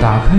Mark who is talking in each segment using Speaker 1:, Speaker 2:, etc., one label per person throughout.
Speaker 1: 打开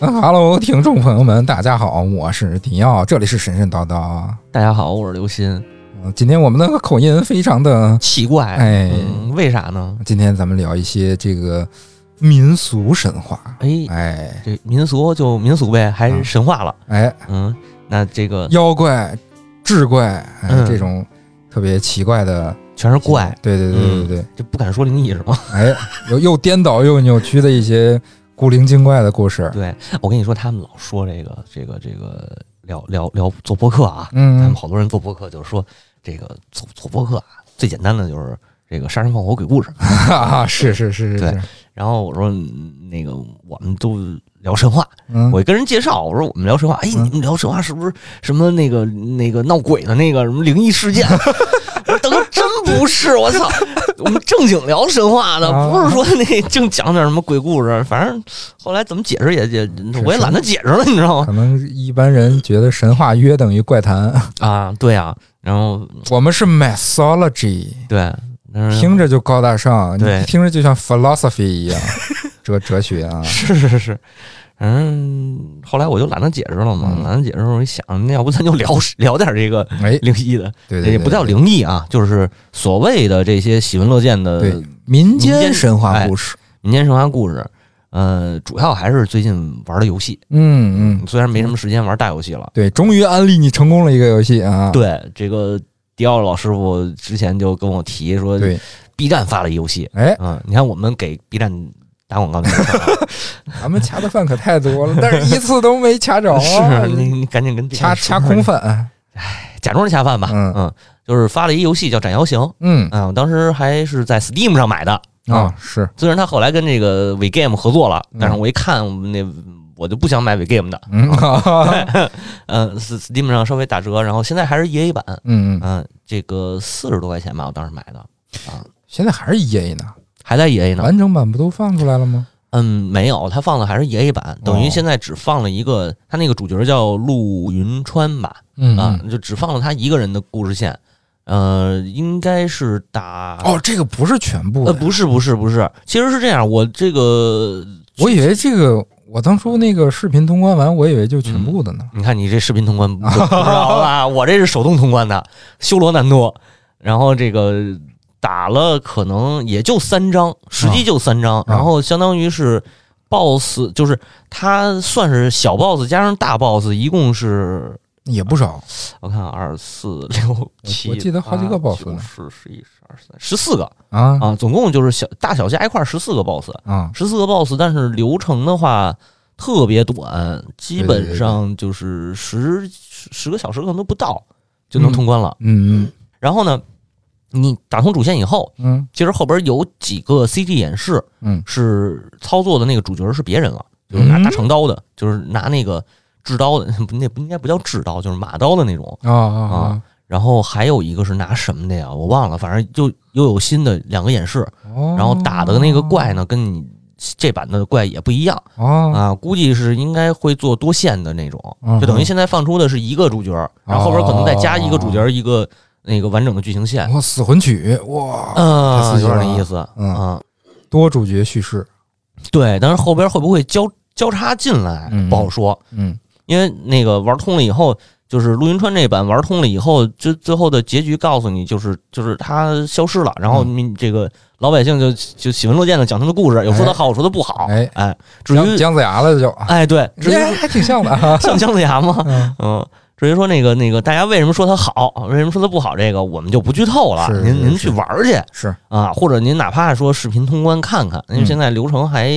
Speaker 2: 嗯哈喽，听众朋友们，大家好，我是迪奥，这里是神神叨叨。
Speaker 3: 大家好，我是刘鑫。
Speaker 2: 嗯，今天我们的口音非常的，
Speaker 3: 奇怪，
Speaker 2: 哎
Speaker 3: 嗯为啥呢？
Speaker 2: 今天咱们聊一些这个民俗神话。
Speaker 3: 哎，
Speaker 2: 哎
Speaker 3: 这民俗就民俗呗，还
Speaker 2: 啊
Speaker 3: 是神话了。
Speaker 2: 哎，
Speaker 3: 嗯，那这个
Speaker 2: 妖怪、志怪，哎，
Speaker 3: 嗯
Speaker 2: 这种特别奇怪的
Speaker 3: 全是怪，
Speaker 2: 对对对对
Speaker 3: 嗯
Speaker 2: 对，
Speaker 3: 这不敢说灵异是吗？
Speaker 2: 哎，又又颠倒又扭曲的一些古灵精怪的故事。
Speaker 3: 对，我跟你说，他们老说这个这个这个聊聊聊做播客啊，他
Speaker 2: 嗯
Speaker 3: 们，好多人做播客就是说这个做做播客啊，最简单的就是这个杀人放火鬼故事。
Speaker 2: 哈哈，是是是是
Speaker 3: 对
Speaker 2: 是，
Speaker 3: 然后我说嗯那个我们都聊神话，
Speaker 2: 嗯，
Speaker 3: 我跟人介绍，我说我们聊神话，哎，
Speaker 2: 嗯
Speaker 3: 你们聊神话是不是什么那个那个闹鬼的那个什么灵异事 件？我说大哥，真不是，我操，我们正经聊神话的，
Speaker 2: 啊
Speaker 3: 不是说那正讲点什么鬼故事。反正后来怎么解释也也，我也懒得解释了，你知道吗？
Speaker 2: 可能一般人觉得神话约等于怪谈，
Speaker 3: 啊，对啊，然后
Speaker 2: 我们是 mythology。
Speaker 3: 对，但是
Speaker 2: 听着就高大上，
Speaker 3: 嗯对
Speaker 2: 你听着就像 philosophy 一样，哲哲学啊，
Speaker 3: 是是是。反正后来我就懒得解释了嘛，
Speaker 2: 嗯
Speaker 3: 懒得解释，我一想，那要不咱就聊聊点这个
Speaker 2: 哎，
Speaker 3: 灵异的，
Speaker 2: 对对对，
Speaker 3: 也不叫
Speaker 2: 对
Speaker 3: 灵异啊，就是所谓的这些喜闻乐见的
Speaker 2: 对民
Speaker 3: 民
Speaker 2: 间
Speaker 3: 间
Speaker 2: 神话
Speaker 3: 哎
Speaker 2: 故事，
Speaker 3: 民间神话故事。呃，主要还是最近玩的游戏，
Speaker 2: 嗯嗯，
Speaker 3: 虽然没什么时间玩大游戏了。
Speaker 2: 对，终于安利你成功了一个游戏啊，
Speaker 3: 对，这个迪奥老师傅之前就跟我提说
Speaker 2: 对，
Speaker 3: ，B 站发了一游戏，
Speaker 2: 哎，
Speaker 3: 嗯，你看我们给 B 站打广告那个事 儿
Speaker 2: 咱们掐的饭可 太多了，但是一次都没掐着
Speaker 3: 啊
Speaker 2: 啊，
Speaker 3: 是你你赶紧跟 B
Speaker 2: 掐
Speaker 3: 站
Speaker 2: 掐
Speaker 3: 说
Speaker 2: 空饭，
Speaker 3: 假装是掐饭吧，
Speaker 2: 嗯
Speaker 3: 嗯，就是发了一游戏叫《斩妖行》，
Speaker 2: 嗯
Speaker 3: 啊，我当时还是在 Steam 上买的，
Speaker 2: 啊是，
Speaker 3: 虽然他后来跟这个 We Game 合作了，但是
Speaker 2: 嗯
Speaker 3: 我一看我们那我就不想买 We Game 的，
Speaker 2: 嗯啊
Speaker 3: 嗯、s t e a m 上稍微打折，然后现在还是 EA 版，
Speaker 2: 嗯嗯，
Speaker 3: 嗯、这个四十多块钱吧，我当时买的，
Speaker 2: 现在还是 EA 呢，
Speaker 3: 还在 EA 呢。
Speaker 2: 完整版不都放出来了吗？
Speaker 3: 嗯，没有，他放的还是 EA 版，等
Speaker 2: 哦
Speaker 3: 于现在只放了一个，他那个主角叫陆云川吧，
Speaker 2: 嗯
Speaker 3: 啊
Speaker 2: 嗯，
Speaker 3: 就只放了他一个人的故事线，呃，应该是打，
Speaker 2: 哦，这个不是全部
Speaker 3: 呃，
Speaker 2: 的，
Speaker 3: 不是不是不是，其实是这样，我这个
Speaker 2: 我以为这个我当初那个视频通关完，我以为就全部的呢。
Speaker 3: 你看你这视频通关不不知道 吧？我这是手动通关的，修罗难度。然后这个打了可能也就三张，实
Speaker 2: 啊
Speaker 3: 际就三张，然后相当于是 BOSS，就是他算是小 BOSS 加上大 BOSS，一共是
Speaker 2: 也不少，
Speaker 3: 我看啊二四六七，
Speaker 2: 我记得好几个
Speaker 3: 八
Speaker 2: boss 呢
Speaker 3: 九十十一十二十三十四个
Speaker 2: 啊
Speaker 3: 啊，总共就是小大小加一块十四个 BOSS。
Speaker 2: 啊，
Speaker 3: 十四个 boss，但是流程的话特别短，基本上就是十十十个小时可能都不到就能通关了。
Speaker 2: 嗯
Speaker 3: 然后呢，你打通主线以后，
Speaker 2: 嗯
Speaker 3: 其实后边有几个 CG 演示
Speaker 2: 嗯
Speaker 3: 是操作的那个主角是别人了，就是拿
Speaker 2: 嗯
Speaker 3: 大长刀的，就是拿那个制刀的，不那不应该不叫制刀，就是马刀的那种。
Speaker 2: 嗯啊啊
Speaker 3: 然后还有一个是拿什么的呀？我忘了，反正就又有新的两个演示，
Speaker 2: 啊，哦
Speaker 3: 然后打的那个怪呢，跟你这版的怪也不一样。
Speaker 2: 哦
Speaker 3: 啊，估计是应该会做多线的那种，
Speaker 2: 嗯
Speaker 3: 就等于现在放出的是一个主角，然后后边可能再加一个主角一个那个完整的剧情线，
Speaker 2: 哇死魂曲哇，太
Speaker 3: 嗯，
Speaker 2: 刺激
Speaker 3: 有点那
Speaker 2: 了
Speaker 3: 意思，
Speaker 2: 嗯
Speaker 3: 啊，
Speaker 2: 多主角叙事，
Speaker 3: 对，但是后边会不会交交叉进来
Speaker 2: 嗯
Speaker 3: 不好说，
Speaker 2: 嗯
Speaker 3: 因为那个玩通了以后，就是陆云川这版玩通了以后，就最后的结局告诉你，就是就是他消失了，然后
Speaker 2: 嗯
Speaker 3: 民这个老百姓就就喜闻乐见的讲他的故事，有说他好，有说他不好，
Speaker 2: 哎
Speaker 3: 哎，至
Speaker 2: 姜
Speaker 3: 于
Speaker 2: 姜子牙了就，
Speaker 3: 哎对，至于
Speaker 2: 哎还挺像 的啊。
Speaker 3: 像姜子牙吗？
Speaker 2: 嗯
Speaker 3: 嗯，至于说那个那个，大家为什么说它好，为什么说它不好，这个我们就不剧透了。
Speaker 2: 是是
Speaker 3: 您您
Speaker 2: 是
Speaker 3: 去玩儿去
Speaker 2: 是，
Speaker 3: 啊，或者您哪怕说视频通关看看，因为
Speaker 2: 嗯
Speaker 3: 现在流程还、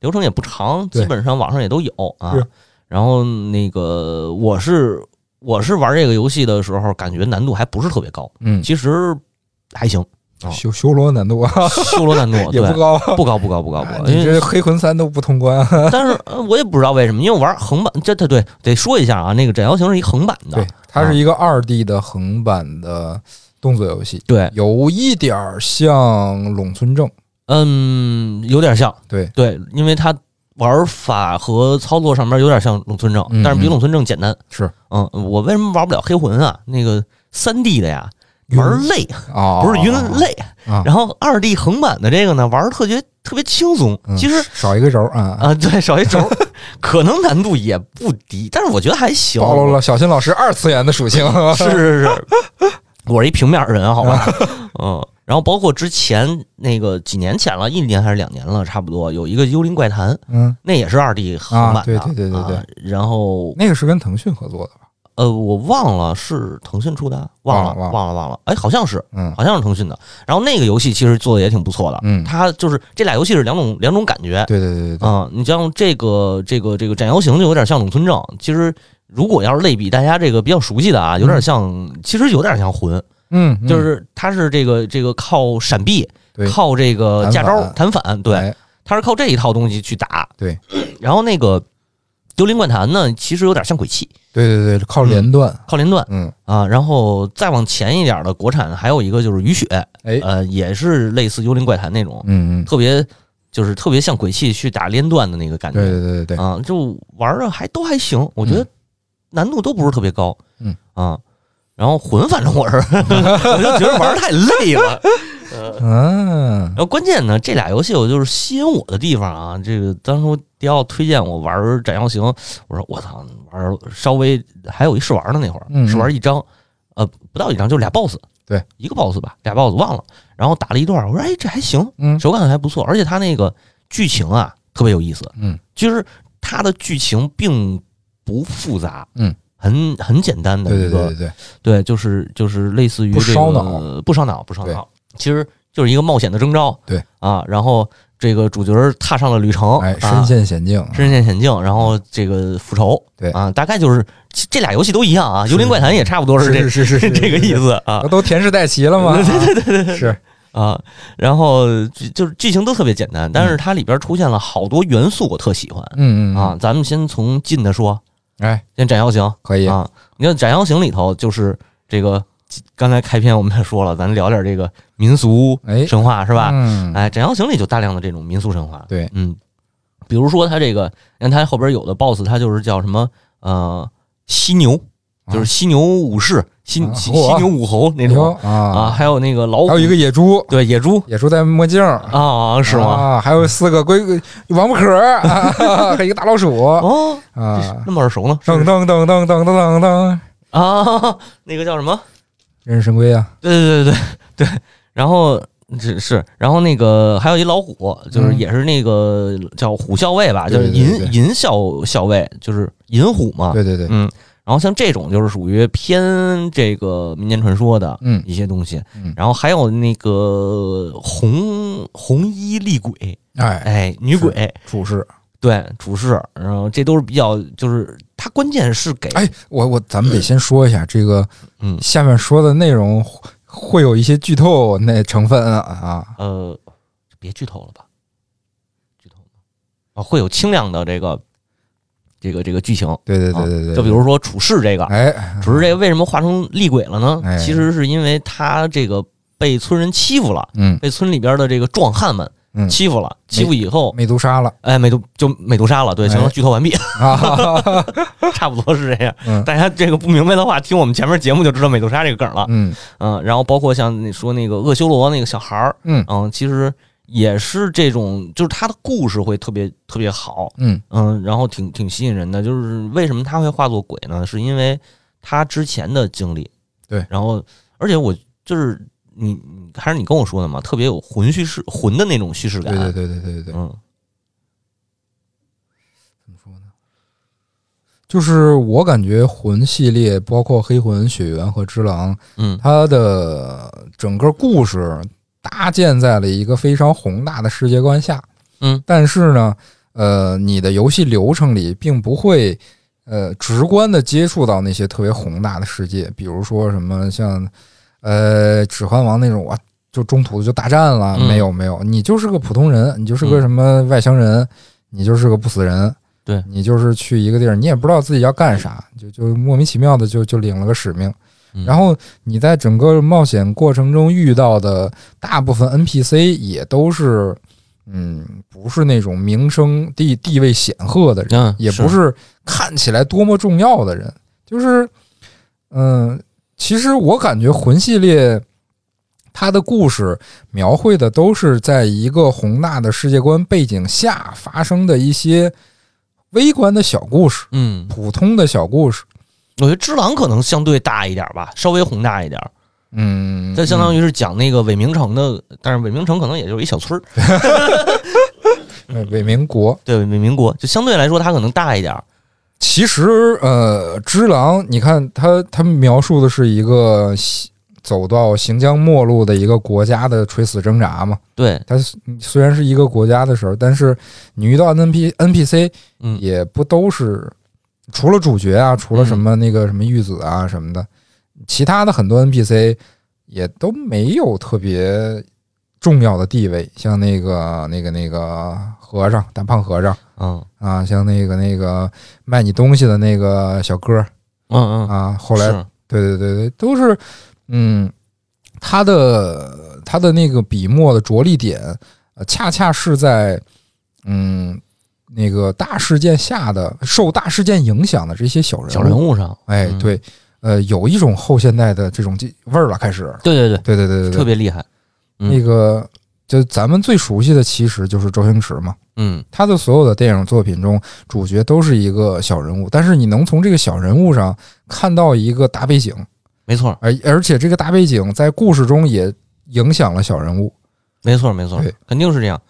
Speaker 3: 流程也不长，
Speaker 2: 对
Speaker 3: 基本上网上也都有啊
Speaker 2: 是。
Speaker 3: 然后那个我是我是玩这个游戏的时候，感觉难度还不是特别高，
Speaker 2: 嗯，
Speaker 3: 其实还 行，哦
Speaker 2: 修修罗难度啊
Speaker 3: 修罗难度
Speaker 2: 也不
Speaker 3: 哦对
Speaker 2: 高，哎
Speaker 3: 不高不高不高不高，因
Speaker 2: 你
Speaker 3: 为
Speaker 2: 这黑魂三都不通关啊，
Speaker 3: 但是呃我也不知道为什么，因为我玩横版，这这对得说一下啊，那个斩妖行是一横版的
Speaker 2: 对，，它
Speaker 3: 啊
Speaker 2: 是一个二 D 的横版的动作游戏，
Speaker 3: 对，
Speaker 2: 有一点儿像《垄村证》，
Speaker 3: 嗯，有点像，
Speaker 2: 对
Speaker 3: 对，因为它玩法和操作上面有点像咏村正
Speaker 2: 嗯，
Speaker 3: 但是比
Speaker 2: 嗯
Speaker 3: 咏村正简单。
Speaker 2: 是，
Speaker 3: 嗯，我为什么玩不了黑魂啊？那个三 D 的呀，玩累，
Speaker 2: 啊，
Speaker 3: 不是晕累。
Speaker 2: 啊
Speaker 3: 然后二 D 横版的这个呢，玩特别特别轻松。
Speaker 2: 嗯
Speaker 3: 其实
Speaker 2: 少一个轴啊，
Speaker 3: 啊，对，少一轴， 可能难度也不低，但是我觉得还行。
Speaker 2: 暴露了小新老师二次元的属性，
Speaker 3: 是是是，我是一平面人，啊好吧？嗯，然后包括之前那个几年前了，一年还是两年了，差不多有一个《幽灵怪谈》，
Speaker 2: 嗯，
Speaker 3: 那也是二 D 横版的、
Speaker 2: 啊对对对对对
Speaker 3: 啊然后
Speaker 2: 那个是跟腾讯合作的吧？
Speaker 3: 呃，我忘了是腾讯出的，忘了
Speaker 2: 忘了
Speaker 3: 忘了忘了，哎，好像是
Speaker 2: 嗯
Speaker 3: 好像是腾讯的。然后那个游戏其实做的也挺不错的，
Speaker 2: 嗯，
Speaker 3: 它就是这俩游戏是两种两种感觉。
Speaker 2: 对对对对对，
Speaker 3: 啊、你像这个这个这个《斩妖行》就有点像《咏村正》，其实如果要是类比大家这个比较熟悉的啊，有点像，其实有点像魂，
Speaker 2: 嗯，嗯
Speaker 3: 就是它是这个这个靠闪避
Speaker 2: 对，
Speaker 3: 靠这个
Speaker 2: 弹
Speaker 3: 架招
Speaker 2: 反
Speaker 3: 弹反，对，
Speaker 2: 哎
Speaker 3: 它是靠这一套东西去打。
Speaker 2: 对，
Speaker 3: 然后那个幽灵怪谈呢，其实有点像鬼泣，
Speaker 2: 对对对，靠连段，
Speaker 3: 靠连段
Speaker 2: 嗯，
Speaker 3: 啊。然后再往前一点的国产还有一个就是雨雪，
Speaker 2: 哎，
Speaker 3: 呃，也是类似幽灵怪谈那种，
Speaker 2: 嗯嗯，
Speaker 3: 特别就是特别像鬼泣去打连段的那个感
Speaker 2: 对
Speaker 3: 觉
Speaker 2: 对对对对，
Speaker 3: 啊，就玩着还都还行，我觉得难度都不是特别高，
Speaker 2: 嗯
Speaker 3: 啊。然后魂，反正我是， 我就觉得玩儿太累了，
Speaker 2: 嗯
Speaker 3: 然后呃关键呢，这俩游戏我就是吸引我的地方啊，这个当初迪奥推荐我玩《斩妖行》，我说我操，玩儿稍微还有一试玩的那会儿，
Speaker 2: 嗯嗯
Speaker 3: 试玩一张，呃，不到一张就俩 BOSS，
Speaker 2: 对，
Speaker 3: 一个 BOSS 吧，俩 BOSS 忘了，然后打了一段，我说哎这还行，
Speaker 2: 嗯
Speaker 3: 手感还不错，而且它那个剧情啊特别有意思，
Speaker 2: 嗯，
Speaker 3: 就是它的剧情并不复杂，
Speaker 2: 嗯。
Speaker 3: 很很简单的
Speaker 2: 对
Speaker 3: 一
Speaker 2: 对对
Speaker 3: 个
Speaker 2: 对对，
Speaker 3: 对，就是就是类似于
Speaker 2: 不
Speaker 3: 这
Speaker 2: 烧
Speaker 3: 个
Speaker 2: 脑，
Speaker 3: 不烧脑，不烧脑，其实就是一个冒险的征兆。
Speaker 2: 对
Speaker 3: 啊，然后这个主角踏上了旅程，
Speaker 2: 哎，
Speaker 3: 啊
Speaker 2: 深陷险境，
Speaker 3: 深陷险境，然后这个复仇，
Speaker 2: 对
Speaker 3: 啊，大概就是其这俩游戏都一样啊，《
Speaker 2: 是
Speaker 3: 幽灵怪谈》也差不多这
Speaker 2: 是是是 是
Speaker 3: 这个意，思啊
Speaker 2: 那都田氏代齐了吗？对对对对，是，
Speaker 3: 啊，然后就就是剧情都特别简单，但是它里边出现了好多元素，我特喜欢
Speaker 2: 嗯嗯
Speaker 3: 啊，。咱们先从近的说，
Speaker 2: 哎，
Speaker 3: 先斩妖行，
Speaker 2: 可以
Speaker 3: 啊。你看《斩妖行》里头就是这个，刚才开篇我们也说了，咱聊点这个民俗
Speaker 2: 哎
Speaker 3: 神话是吧？
Speaker 2: 嗯，
Speaker 3: 哎，《斩妖行》里就大量的这种民俗神话。
Speaker 2: 对，
Speaker 3: 嗯，比如说它这个，你看它后边有的 BOSS，它就是叫什么呃犀牛，就是犀牛武士、犀
Speaker 2: 啊
Speaker 3: 犀
Speaker 2: 嚯
Speaker 3: 犀牛武侯那
Speaker 2: 哟
Speaker 3: 种啊，
Speaker 2: 啊，
Speaker 3: 还有那个老虎，
Speaker 2: 还有一个野猪，
Speaker 3: 对野猪
Speaker 2: 野猪戴墨镜啊，
Speaker 3: 啊，是吗？
Speaker 2: 啊，还有四个龟王八壳儿，啊 还有一个大老鼠
Speaker 3: 哦，这是
Speaker 2: 啊，
Speaker 3: 那么耳熟呢？是
Speaker 2: 噔噔噔噔噔噔噔噔，
Speaker 3: 啊，那个叫什么？
Speaker 2: 人神龟啊，
Speaker 3: 对对对对对， 然后只是，然后那个还有一老虎，就是
Speaker 2: 嗯
Speaker 3: 也是那个叫虎校尉吧，
Speaker 2: 对对
Speaker 3: 就
Speaker 2: 对
Speaker 3: 是银银校校尉，就是银虎嘛。
Speaker 2: 对对对，
Speaker 3: 嗯，然后像这种就是属于偏这个民间传说的
Speaker 2: 嗯
Speaker 3: 一些东西，
Speaker 2: 嗯
Speaker 3: 然后还有那个红红衣厉鬼，
Speaker 2: 哎，
Speaker 3: 哎，女
Speaker 2: 是
Speaker 3: 鬼，
Speaker 2: 处事，
Speaker 3: 对，主事，然后这都是比较就是它关键是给
Speaker 2: 哎，我我咱们得先说一下这个
Speaker 3: 嗯
Speaker 2: 下面说的内容会有一些剧透那成分啊啊，
Speaker 3: 呃，别剧透了吧，剧透吗啊，会有清亮的这个这个这个剧情。
Speaker 2: 对对对
Speaker 3: 啊
Speaker 2: 对对，
Speaker 3: 就比如说处事这个，
Speaker 2: 哎，
Speaker 3: 处事这个为什么化成厉鬼了呢
Speaker 2: 哎？
Speaker 3: 其实是因为他这个被村人欺负了，
Speaker 2: 嗯，
Speaker 3: 被村里边的这个壮汉们
Speaker 2: 嗯
Speaker 3: 欺负了，欺负以后。
Speaker 2: 美杜 莎了
Speaker 3: 哎，美杜就美杜莎了，对，行了，
Speaker 2: 哎
Speaker 3: 剧透完毕，
Speaker 2: 啊，
Speaker 3: 差不多是这样。
Speaker 2: 嗯
Speaker 3: 大家这个不明白的话，听我们前面节目就知道美杜莎这个梗了。
Speaker 2: 嗯
Speaker 3: 嗯，然后包括像你说那个恶修罗那个小孩儿，
Speaker 2: 嗯
Speaker 3: 嗯，其实也是这种，就是他的故事会特别特别好，
Speaker 2: 嗯
Speaker 3: 嗯，然后挺挺吸引人的。就是为什么他会化作鬼呢？是因为他之前的经历。
Speaker 2: 对，
Speaker 3: 然后而且我就是你，你还是你跟我说的嘛，特别有魂叙事魂的那种叙事
Speaker 2: 对
Speaker 3: 感。
Speaker 2: 对对对对对，
Speaker 3: 嗯
Speaker 2: 怎么说呢？就是我感觉魂系列，包括黑魂、血缘和之狼，
Speaker 3: 嗯
Speaker 2: 它的整个故事搭建在了一个非常宏大的世界观下。
Speaker 3: 嗯，
Speaker 2: 但是呢，呃，你的游戏流程里并不会呃直观的接触到那些特别宏大的世界，比如说什么像呃《指环王》那种哇。就中途就大战了，
Speaker 3: 嗯
Speaker 2: 没有没有，你就是个普通人，你就是
Speaker 3: 嗯
Speaker 2: 个什么外乡人，你就是个不死人，
Speaker 3: 对
Speaker 2: 你就是去一个地儿，你也不知道自己要干啥，就就莫名其妙的就就领了个使命
Speaker 3: 嗯。
Speaker 2: 然后你在整个冒险过程中遇到的大部分 NPC 也都是，嗯，不是那种名声地地位显赫的人，
Speaker 3: 嗯，
Speaker 2: 也
Speaker 3: 是
Speaker 2: 不是看起来多么重要的人，就是，嗯，其实我感觉魂系列它的故事描绘的都是在一个宏大的世界观背景下发生的一些微观的小故事，
Speaker 3: 嗯，
Speaker 2: 普通的小故事，
Speaker 3: 我觉得《只狼》可能相对大一点吧，稍微宏大一点。
Speaker 2: 嗯，
Speaker 3: 这相当
Speaker 2: 于
Speaker 3: 于是讲那个伪明城的，但是伪明城可能也就是一小村儿，
Speaker 2: 伪民国，
Speaker 3: 对，伪民国就相对来说它可能大一点儿。
Speaker 2: 其实，呃，只狼，你看他他描述的是一个西走到行将末路的一个国家的垂死挣扎嘛。
Speaker 3: 对，
Speaker 2: 它虽然是一个国家的时候，但是你遇到 N P N P C
Speaker 3: 嗯
Speaker 2: 也不都是，除了主角啊，除了什么那个什么玉子啊什么的，其他的很多 N P C 也都没有特别重要的地位，像那个那个那个和尚，大胖和尚。
Speaker 3: 嗯
Speaker 2: 啊，像那个那个卖你东西的那个小哥儿
Speaker 3: 嗯嗯，
Speaker 2: 啊，后来
Speaker 3: 是
Speaker 2: 对对对对，都是嗯，他的他的那个笔墨的着力点，呃，恰恰是在嗯那个大事件下的受大事件影响的这些小人
Speaker 3: 小人，物上，
Speaker 2: 哎，
Speaker 3: 嗯
Speaker 2: 对，呃，有一种后现代的这种劲味儿了，开始，
Speaker 3: 对对对，
Speaker 2: 对对对对对，
Speaker 3: 特别厉害。嗯
Speaker 2: 那个就咱们最熟悉的其实就是周星驰嘛，
Speaker 3: 嗯
Speaker 2: 他的所有的电影作品中，主角都是一个小人物，但是你能从这个小人物上看到一个大背景，
Speaker 3: 没错儿，
Speaker 2: 而而且这个大背景在故事中也影响了小人物。
Speaker 3: 没错儿，没错儿
Speaker 2: 对，
Speaker 3: 肯定是这样。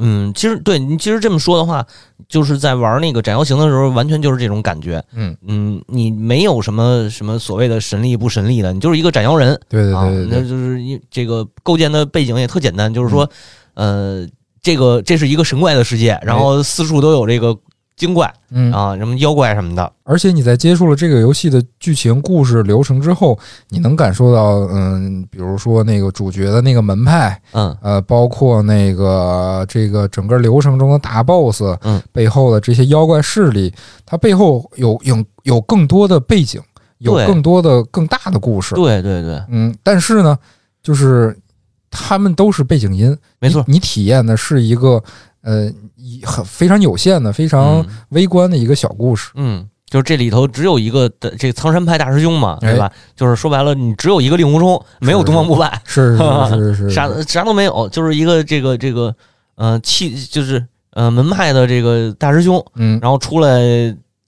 Speaker 3: 嗯，其实对你其实这么说的话，就是在玩那个斩妖行的时候，完全就是这种感觉。
Speaker 2: 嗯，
Speaker 3: 嗯，你没有什么什么所谓的神力不神力的，你就是一个斩妖人
Speaker 2: 对对
Speaker 3: 啊
Speaker 2: 对，嗯对
Speaker 3: 那
Speaker 2: 对，
Speaker 3: 就是一这个构建的背景也特简单，就是说，呃，这个这是一个神怪的世界，
Speaker 2: 哎
Speaker 3: 然后四处都有这个精怪
Speaker 2: 嗯，
Speaker 3: 啊，什么妖怪什么的，
Speaker 2: 而且你在接触了这个游戏的剧情、故事流程之后，你能感受到，嗯，比如说那个主角的那个门派，
Speaker 3: 嗯
Speaker 2: 呃，包括那个这个整个流程中的大 BOSS，
Speaker 3: 嗯，
Speaker 2: 背后的这些妖怪势力，它背后有有有更多的背景，有
Speaker 3: 对
Speaker 2: 更多的更大的故事，
Speaker 3: 对对对，
Speaker 2: 嗯，但是呢，就是他们都是背景音，
Speaker 3: 没错，
Speaker 2: 你体验的是一个呃一很非常有限的、非常
Speaker 3: 嗯
Speaker 2: 微观的一个小故事，
Speaker 3: 嗯，就是这里头只有一个的这苍山派大师兄嘛，
Speaker 2: 哎
Speaker 3: 对吧？就是说白了，你只有一个令狐冲，没有东方不败，
Speaker 2: 是是是是是，
Speaker 3: 啥啥都没有，就是一个这个这个呃气就是呃门派的这个大师兄，
Speaker 2: 嗯，
Speaker 3: 然后出来，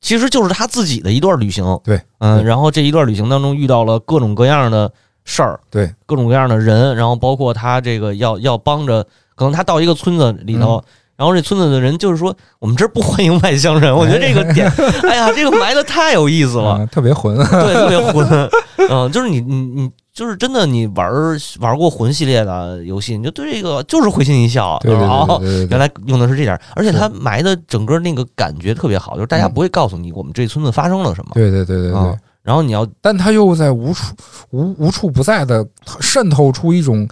Speaker 3: 其实就是他自己的一段旅行。
Speaker 2: 对，
Speaker 3: 嗯，
Speaker 2: 对
Speaker 3: 然后这一段旅行当中遇到了各种各样的事儿，
Speaker 2: 对，
Speaker 3: 各种各样的人，然后包括他这个要要帮着，可能他到一个村子里
Speaker 2: 嗯
Speaker 3: 头。然后这村子的人就是说，我们这儿不欢迎外乡人。我觉得这个点， 哎呀，这个埋的太有意思了，
Speaker 2: 嗯特别混，
Speaker 3: 对，特别混。嗯，就是你你你，就是真的，你玩儿玩过魂系列的游戏，你就对这个就是会心一笑。
Speaker 2: 对对
Speaker 3: 然后
Speaker 2: 对对对
Speaker 3: 原
Speaker 2: 对，
Speaker 3: 来用的是这点儿，而且
Speaker 2: 是嗯
Speaker 3: 他埋的整个那个感觉特别好，就是大家不会告诉你我们这村子发生了什么
Speaker 2: 对对对对对
Speaker 3: 啊
Speaker 2: 对，，
Speaker 3: 然后你要
Speaker 2: 但他又在无处无无处不在的渗透出一种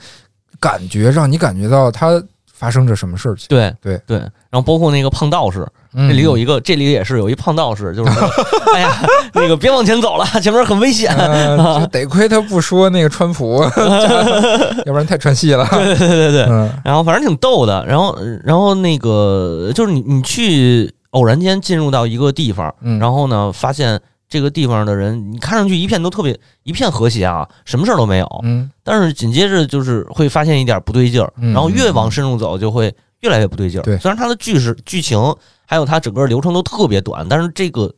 Speaker 2: 感觉，让你感觉到他发生着什么事情。
Speaker 3: 对
Speaker 2: 对嗯
Speaker 3: 对，然后包括那个胖道士，这
Speaker 2: 这
Speaker 3: 里有一个，这里也是有一胖道士，就是说 哎呀，那个别往前走了， 前面很危险。
Speaker 2: 呃，得亏他不说那个川普， 要不然太串戏了。
Speaker 3: 对对对对，
Speaker 2: 嗯
Speaker 3: 然后反正挺逗的，然后然后那个就是你你去偶然间进入到一个地方，
Speaker 2: 嗯，
Speaker 3: 然后呢发现这个地方的人，你看上去一片都特别一片和谐啊，什么事儿都没有，
Speaker 2: 嗯
Speaker 3: 但是紧接着就是会发现一点不对劲儿，
Speaker 2: 嗯
Speaker 3: 然后越往深入走就会越来越不对劲儿。
Speaker 2: 对
Speaker 3: 虽然它的剧是剧情还有它整个流程都特别短，但是这个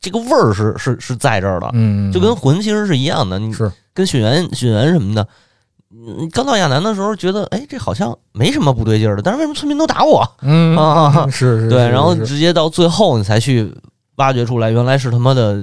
Speaker 3: 这个味儿是是是在这儿的，
Speaker 2: 嗯，
Speaker 3: 啊就跟魂其实是一样的。你
Speaker 2: 是
Speaker 3: 跟血缘血缘什么的，嗯刚到亚南的时候觉得，哎，这好像没什么不对劲儿的，但是为什么村民都打我
Speaker 2: 嗯
Speaker 3: 啊？
Speaker 2: 是是，
Speaker 3: 对，
Speaker 2: 是
Speaker 3: 然后
Speaker 2: 是
Speaker 3: 直接到最后你才去挖掘出来，原来是他妈的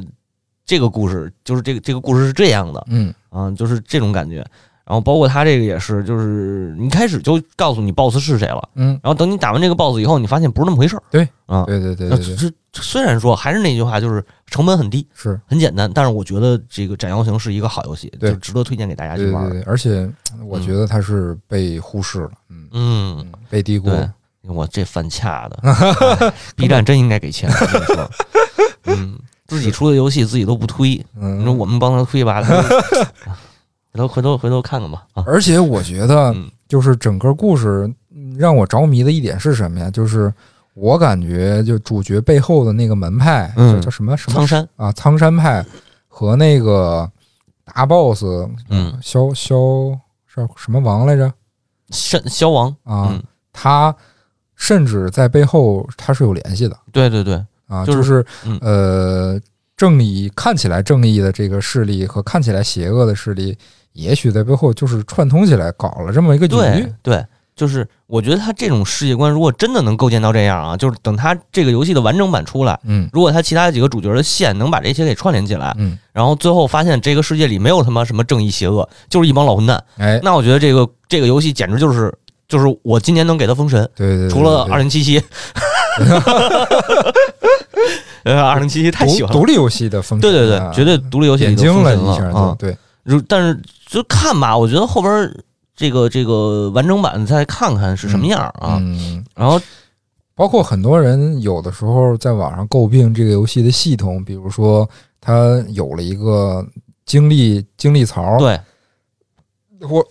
Speaker 3: 这个故事，就是这个这个故事是这样的
Speaker 2: 嗯
Speaker 3: 啊，就是这种感觉。然后包括他这个也是，就是你开始就告诉你 BOSS 是谁了，
Speaker 2: 嗯，
Speaker 3: 然后等你打完这个 BOSS 以后，你发现不是那么回事儿。
Speaker 2: 对
Speaker 3: 啊，
Speaker 2: 对对对
Speaker 3: 那
Speaker 2: 对对，
Speaker 3: 这这虽然说还是那句话，就是成本很低，
Speaker 2: 是
Speaker 3: 很简单，但是我觉得这个《斩妖行》是一个好游戏，
Speaker 2: 对
Speaker 3: 就值得推荐给大家去
Speaker 2: 对
Speaker 3: 玩
Speaker 2: 对
Speaker 3: 儿。
Speaker 2: 对，而且我觉得它是被忽视了，嗯
Speaker 3: 嗯，
Speaker 2: 嗯，被低估
Speaker 3: 对
Speaker 2: 了，
Speaker 3: 我这犯恰的 哎，B 站真应该给钱。我跟你说，嗯，自己出的游戏自己都不推，你说
Speaker 2: 嗯，
Speaker 3: 我们帮他推吧，他就回头 回 头回头看看吧啊。
Speaker 2: 而且我觉得
Speaker 3: 嗯
Speaker 2: 就是整个故事嗯让我着迷的一点是什么呀？就是我感觉就主角背后的那个门派，
Speaker 3: 嗯
Speaker 2: 就叫什么什么
Speaker 3: 苍山，
Speaker 2: 啊，苍山派和那个大 boss
Speaker 3: 嗯，
Speaker 2: 萧萧是什么王来着
Speaker 3: 山消亡，
Speaker 2: 啊？
Speaker 3: 嗯
Speaker 2: 他甚至在背后他是有联系的
Speaker 3: 对对对，
Speaker 2: 啊，
Speaker 3: 就
Speaker 2: 就是是
Speaker 3: 嗯
Speaker 2: 呃，正义看起来正义的这个势力和看起来邪恶的势力，也许在背后就是串通起来搞了这么一个局。
Speaker 3: 对对，就是我觉得他这种世界观，如果真的能构建到这样啊，就是等他这个游戏的完整版出来，
Speaker 2: 嗯
Speaker 3: 如果他其他几个主角的线能把这些给串联起来，
Speaker 2: 嗯，
Speaker 3: 然后最后发现这个世界里没有他妈什么正义邪恶，就是一帮老混蛋，
Speaker 2: 哎，
Speaker 3: 那我觉得这个这个游戏简直就是就是我今年能给他封神，
Speaker 2: 对对对，
Speaker 3: 除了
Speaker 2: 对
Speaker 3: 二零七 七，呃，二零七七太喜
Speaker 2: 独
Speaker 3: 欢了。
Speaker 2: 独立游戏的风
Speaker 3: 对对
Speaker 2: 格啊
Speaker 3: 对，绝对独立游戏
Speaker 2: 点
Speaker 3: 里头
Speaker 2: 睛
Speaker 3: 封
Speaker 2: 了
Speaker 3: 神
Speaker 2: 一下，
Speaker 3: 了啊！
Speaker 2: 对，
Speaker 3: 如但是就看吧，我觉得后边儿这个这个完整版再看看是什么样儿啊。
Speaker 2: 嗯，
Speaker 3: 然后
Speaker 2: 包括很多人有的时候在网上诟病这个游戏的系统，比如说它有了一个精力精力槽，
Speaker 3: 对，
Speaker 2: 或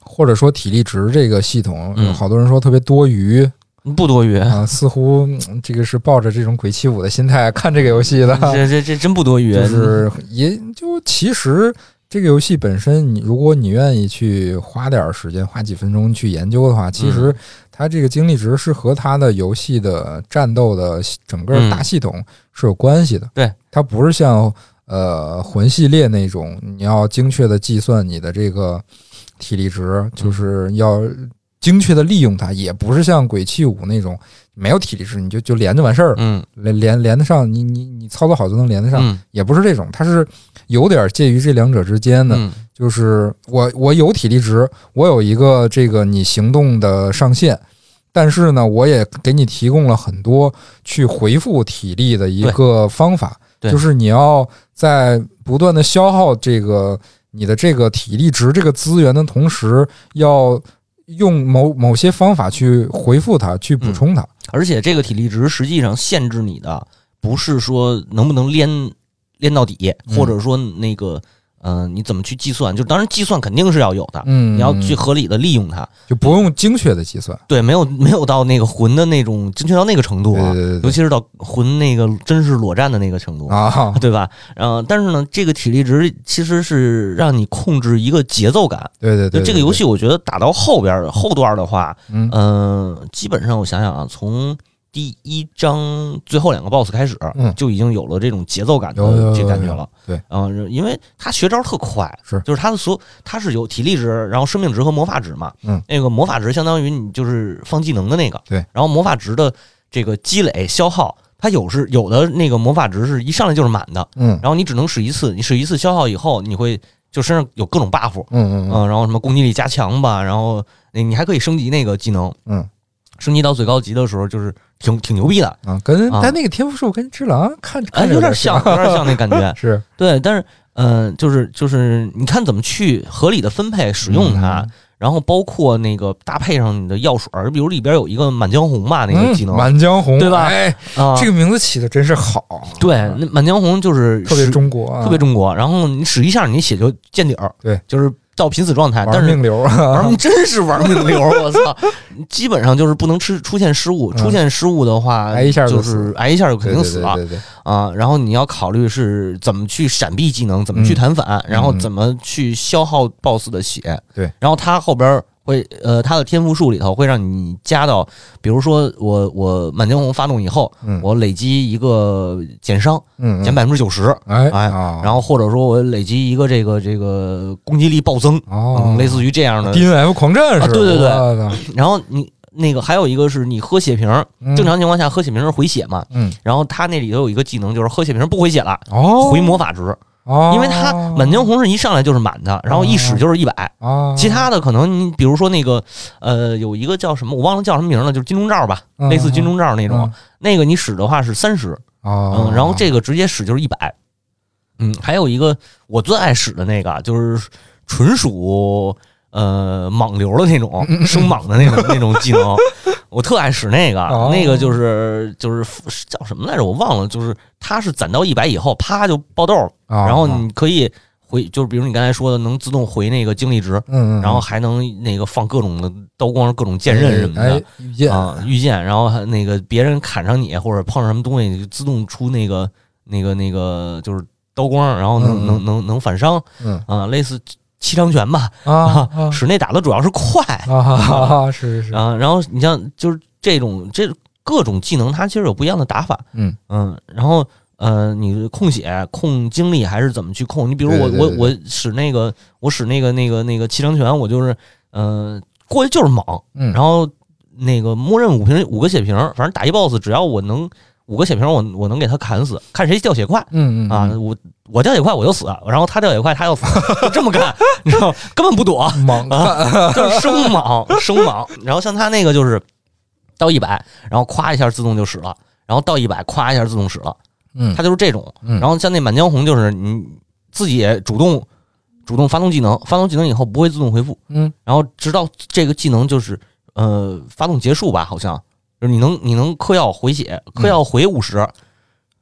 Speaker 2: 或者说体力值这个系统，
Speaker 3: 嗯
Speaker 2: 有好多人说特别多余
Speaker 3: 不多 余，
Speaker 2: 啊，似乎嗯这个是抱着这种鬼泣五的心态看这个 游戏的，
Speaker 3: 这这这真不多余，
Speaker 2: 就是也就其实。这个游戏本身，你如果你愿意去花点儿时间，花几分钟去研究的话，
Speaker 3: 嗯
Speaker 2: 其实它这个精力值是和它的游戏的战斗的系整个大系统是有关系的。
Speaker 3: 嗯对，
Speaker 2: 它不是像呃魂系列那种，你要精确的计算你的这个体力值，
Speaker 3: 嗯
Speaker 2: 就是要精确的利用它，也不是像鬼泣五那种没有体力值你就就连就完事儿了，
Speaker 3: 嗯
Speaker 2: 连连连得上，你你你操作好就能连得上，
Speaker 3: 嗯
Speaker 2: 也不是这种，它是有点介于这两者之间的。
Speaker 3: 嗯
Speaker 2: 就是我我有体力值，我有一个这个你行动的上限，但是呢，我也给你提供了很多去回复体力的一个方法，
Speaker 3: 对
Speaker 2: 就是你要在不断的消耗这个你的这个体力值这个资源的同时，要用某某些方法去回复它，去
Speaker 3: 嗯
Speaker 2: 补充它。
Speaker 3: 而且这个体力值实际上限制你的不是说能不能连连到底，
Speaker 2: 嗯
Speaker 3: 或者说那个嗯、呃你怎么去计算？就当然计算肯定是要有的，
Speaker 2: 嗯，
Speaker 3: 你要去合理的利用它。
Speaker 2: 就不用精确的计算，
Speaker 3: 对，没有没有到那个魂的那种精确到那个程度啊，
Speaker 2: 对对对对
Speaker 3: 尤其是到魂那个真是裸战的那个程度。
Speaker 2: 啊，
Speaker 3: 对吧？嗯、但是呢，这个体力值其实是让你控制一个节奏感。
Speaker 2: 对对对
Speaker 3: 就这个游，戏，我觉得打到后边儿后段儿的话，
Speaker 2: 对对嗯
Speaker 3: 嗯、基本上我想想啊，从第一章最后两个 BOSS 开始，
Speaker 2: 嗯
Speaker 3: 就已经有了这种节奏感
Speaker 2: 有有有
Speaker 3: 的这感觉了。
Speaker 2: 有对，
Speaker 3: 嗯、因为他学招特快，
Speaker 2: 是
Speaker 3: 就是他的所有他是有体力值，然后生命值和魔法值嘛。
Speaker 2: 嗯，
Speaker 3: 那个魔法值相当于你就是放技能的那个，
Speaker 2: 对，
Speaker 3: 然后魔法值的这个积累消耗，它有是有的那个魔法值是一上来就是满的，
Speaker 2: 嗯
Speaker 3: 然后你只能使一次，你使一次消耗以后，你会就身上有各种 buff，
Speaker 2: 嗯嗯
Speaker 3: 嗯，然后什么攻击力加强吧，然后那你还可以升级那个技能，
Speaker 2: 嗯，
Speaker 3: 升级到最高级的时候就是挺挺牛逼的，
Speaker 2: 嗯啊，跟
Speaker 3: 啊
Speaker 2: 但那个天赋树跟只狼看
Speaker 3: 哎，
Speaker 2: 看着，
Speaker 3: 有点像，有点像那感觉
Speaker 2: 是
Speaker 3: 对，但是嗯、呃就是就是你看怎么去合理的分配使用它，
Speaker 2: 嗯
Speaker 3: 然后包括那个搭配上你的药水儿，比如里边有一个满江红吧，那个技能啊、
Speaker 2: 嗯满江红》
Speaker 3: 对吧啊
Speaker 2: 哎，这个名字起的真是好，
Speaker 3: 对，那满江红就是
Speaker 2: 特别
Speaker 3: 使
Speaker 2: 中国啊，
Speaker 3: 特别中国，然后你使一下你血就见底儿，
Speaker 2: 对，
Speaker 3: 就是到濒死状态，但
Speaker 2: 玩
Speaker 3: 是
Speaker 2: 命流啊，
Speaker 3: 玩命真是玩命流，我操！ 基本上就是不能吃出现失误，
Speaker 2: 嗯
Speaker 3: 出现失误的话，
Speaker 2: 挨一下就
Speaker 3: 就
Speaker 2: 死
Speaker 3: 是挨一下就肯
Speaker 2: 对
Speaker 3: 定
Speaker 2: 对
Speaker 3: 死
Speaker 2: 对
Speaker 3: 了
Speaker 2: 对对，
Speaker 3: 啊。然后你要考虑是怎么去闪
Speaker 2: 嗯
Speaker 3: 避技能，怎么去弹反，然后怎么去消耗 BOSS 的血。
Speaker 2: 对，
Speaker 3: 然后他后边会呃，它的天赋树里头会让你加到，比如说我我满天红发动以后，
Speaker 2: 嗯
Speaker 3: 我累积一个减伤，
Speaker 2: 嗯，
Speaker 3: 减
Speaker 2: 嗯
Speaker 3: 百分之九十，
Speaker 2: 哎
Speaker 3: 哎
Speaker 2: 啊，
Speaker 3: 然后或者说我累积一个这个这个攻击力暴增，
Speaker 2: 哦
Speaker 3: 嗯，类似于这样的。
Speaker 2: D N F 狂战
Speaker 3: 啊
Speaker 2: 士，
Speaker 3: 对对对
Speaker 2: 我操
Speaker 3: 然后你那个还有一个是你喝血瓶儿，
Speaker 2: 嗯
Speaker 3: 正常情况下喝血瓶是回血嘛，
Speaker 2: 嗯，
Speaker 3: 然后他那里头有一个技能就是喝血瓶不回血了，
Speaker 2: 哦，
Speaker 3: 回魔法值，
Speaker 2: 哦，
Speaker 3: 因为他满江红是一上来就是满的，然后一使就是一百，
Speaker 2: 啊，
Speaker 3: 其他的可能你比如说那个呃有一个叫什么我忘了叫什么名了，就是金钟罩吧，
Speaker 2: 嗯
Speaker 3: 类似金钟罩那种
Speaker 2: 嗯，
Speaker 3: 那个你使的话是三十，
Speaker 2: 啊，
Speaker 3: 嗯，然后这个直接使就是一百，嗯，还有一个我最爱使的那个就是纯属呃莽流的那种
Speaker 2: 嗯
Speaker 3: 生莽的那种那种技 能，我特爱使那个
Speaker 2: 哦，
Speaker 3: 那个就是就是是叫什么来着我忘了，就是它是攒到一百以后啪就爆豆了，
Speaker 2: 啊，
Speaker 3: 然后
Speaker 2: 啊
Speaker 3: 你可以回，就是比如你刚才说的能自动回那个精力值，
Speaker 2: 嗯嗯，
Speaker 3: 然后还能那个放各种的刀光、各种剑刃什么的。
Speaker 2: 哎，遇见
Speaker 3: 啊，遇见，然后还那个别人砍上你或者碰上什么东西，你就自动出那个那个那个就是刀光，然后能、
Speaker 2: 嗯嗯
Speaker 3: 能能能反伤
Speaker 2: 嗯
Speaker 3: 啊，类似七伤拳吧。
Speaker 2: 啊啊
Speaker 3: 室内打的主要是快
Speaker 2: 啊哈哈哈，是是是，
Speaker 3: 啊，然后你像就是这种这各种技能，它其实有不一样的打法。
Speaker 2: 嗯
Speaker 3: 嗯，然后呃，你控血、控精力还是怎么去控？你比如我
Speaker 2: 对对对
Speaker 3: 我我使那个我使那个那个那个七伤拳，我就是呃过去就是莽，
Speaker 2: 嗯，
Speaker 3: 然后那个默认五瓶五个血瓶，反正打一 boss 只要我能五个血瓶我，我能给他砍死，看谁掉血快
Speaker 2: 嗯嗯
Speaker 3: 啊！我我掉血快我就死，然后他掉血快他要死，就这么干，你知道吗根本不躲，
Speaker 2: 猛
Speaker 3: 就是生莽生莽。然后像他那个就是到一百，然后咵一下自动就使了，然后到一百咵一下自动使了，
Speaker 2: 嗯
Speaker 3: 他就是这种。
Speaker 2: 嗯
Speaker 3: 然后像那满江红就是你自己也主动主动发动技能，发动技能以后不会自动回复，
Speaker 2: 嗯
Speaker 3: 然后直到这个技能就是呃发动结束吧，好像就是你能你能嗑药回血，嗑药回五十、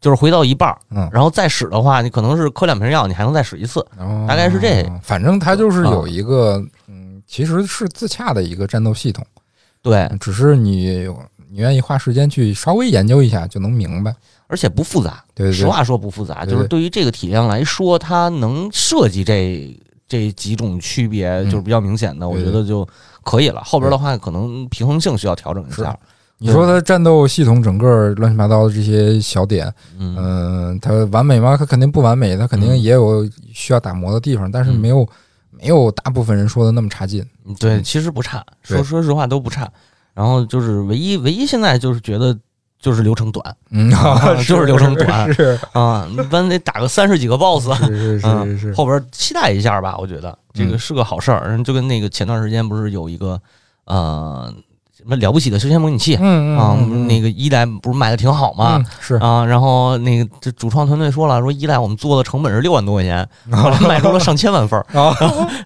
Speaker 3: 就是回到一半儿，
Speaker 2: 嗯
Speaker 3: 然后再使的话，你可能是嗑两瓶药，你还能再使一次。
Speaker 2: 哦
Speaker 3: 大概是这，啊
Speaker 2: 反正它就是有一个嗯，其实是自洽的一个战斗系统，嗯
Speaker 3: 对，
Speaker 2: 只是你你愿意花时间去稍微研究一下就能明白。
Speaker 3: 而且不复杂。
Speaker 2: 对对对
Speaker 3: 实话说不复杂，
Speaker 2: 对对
Speaker 3: 就是对于这个体量来说，它能设计这这几种区别就是比较明显的，我
Speaker 2: 嗯对
Speaker 3: 觉
Speaker 2: 对
Speaker 3: 得就可以了。后边的话，可能平衡性需要调整一下。
Speaker 2: 你说它战斗系统整个乱七八糟的这些小点，
Speaker 3: 嗯，
Speaker 2: 嗯、它完美吗？它肯定不完美，它肯定
Speaker 3: 嗯
Speaker 2: 也有需要打磨的地方，但是
Speaker 3: 嗯
Speaker 2: 没有没有大部分人说的那么差劲。
Speaker 3: 对，其实不差，说
Speaker 2: 嗯对
Speaker 3: 说实话都不差。然后就是唯一唯一现在就是觉得就是流程短，
Speaker 2: 嗯，
Speaker 3: 啊 就是流程短
Speaker 2: 是 是
Speaker 3: 啊，一般得打个三十几个 boss，
Speaker 2: 是是是是，
Speaker 3: 嗯
Speaker 2: 嗯
Speaker 3: 后边期待一下吧。我觉得这个是个好事儿，就跟那个前段时间不是有一个呃什么了不起的修仙模拟器
Speaker 2: 嗯嗯
Speaker 3: 啊，
Speaker 2: 嗯，
Speaker 3: 那个一代不是卖的挺好嘛
Speaker 2: 嗯、是
Speaker 3: 啊，然后那个这主创团队说了，说一代我们做的成本是六万多块 钱，后来卖出了上千万份儿，
Speaker 2: 啊，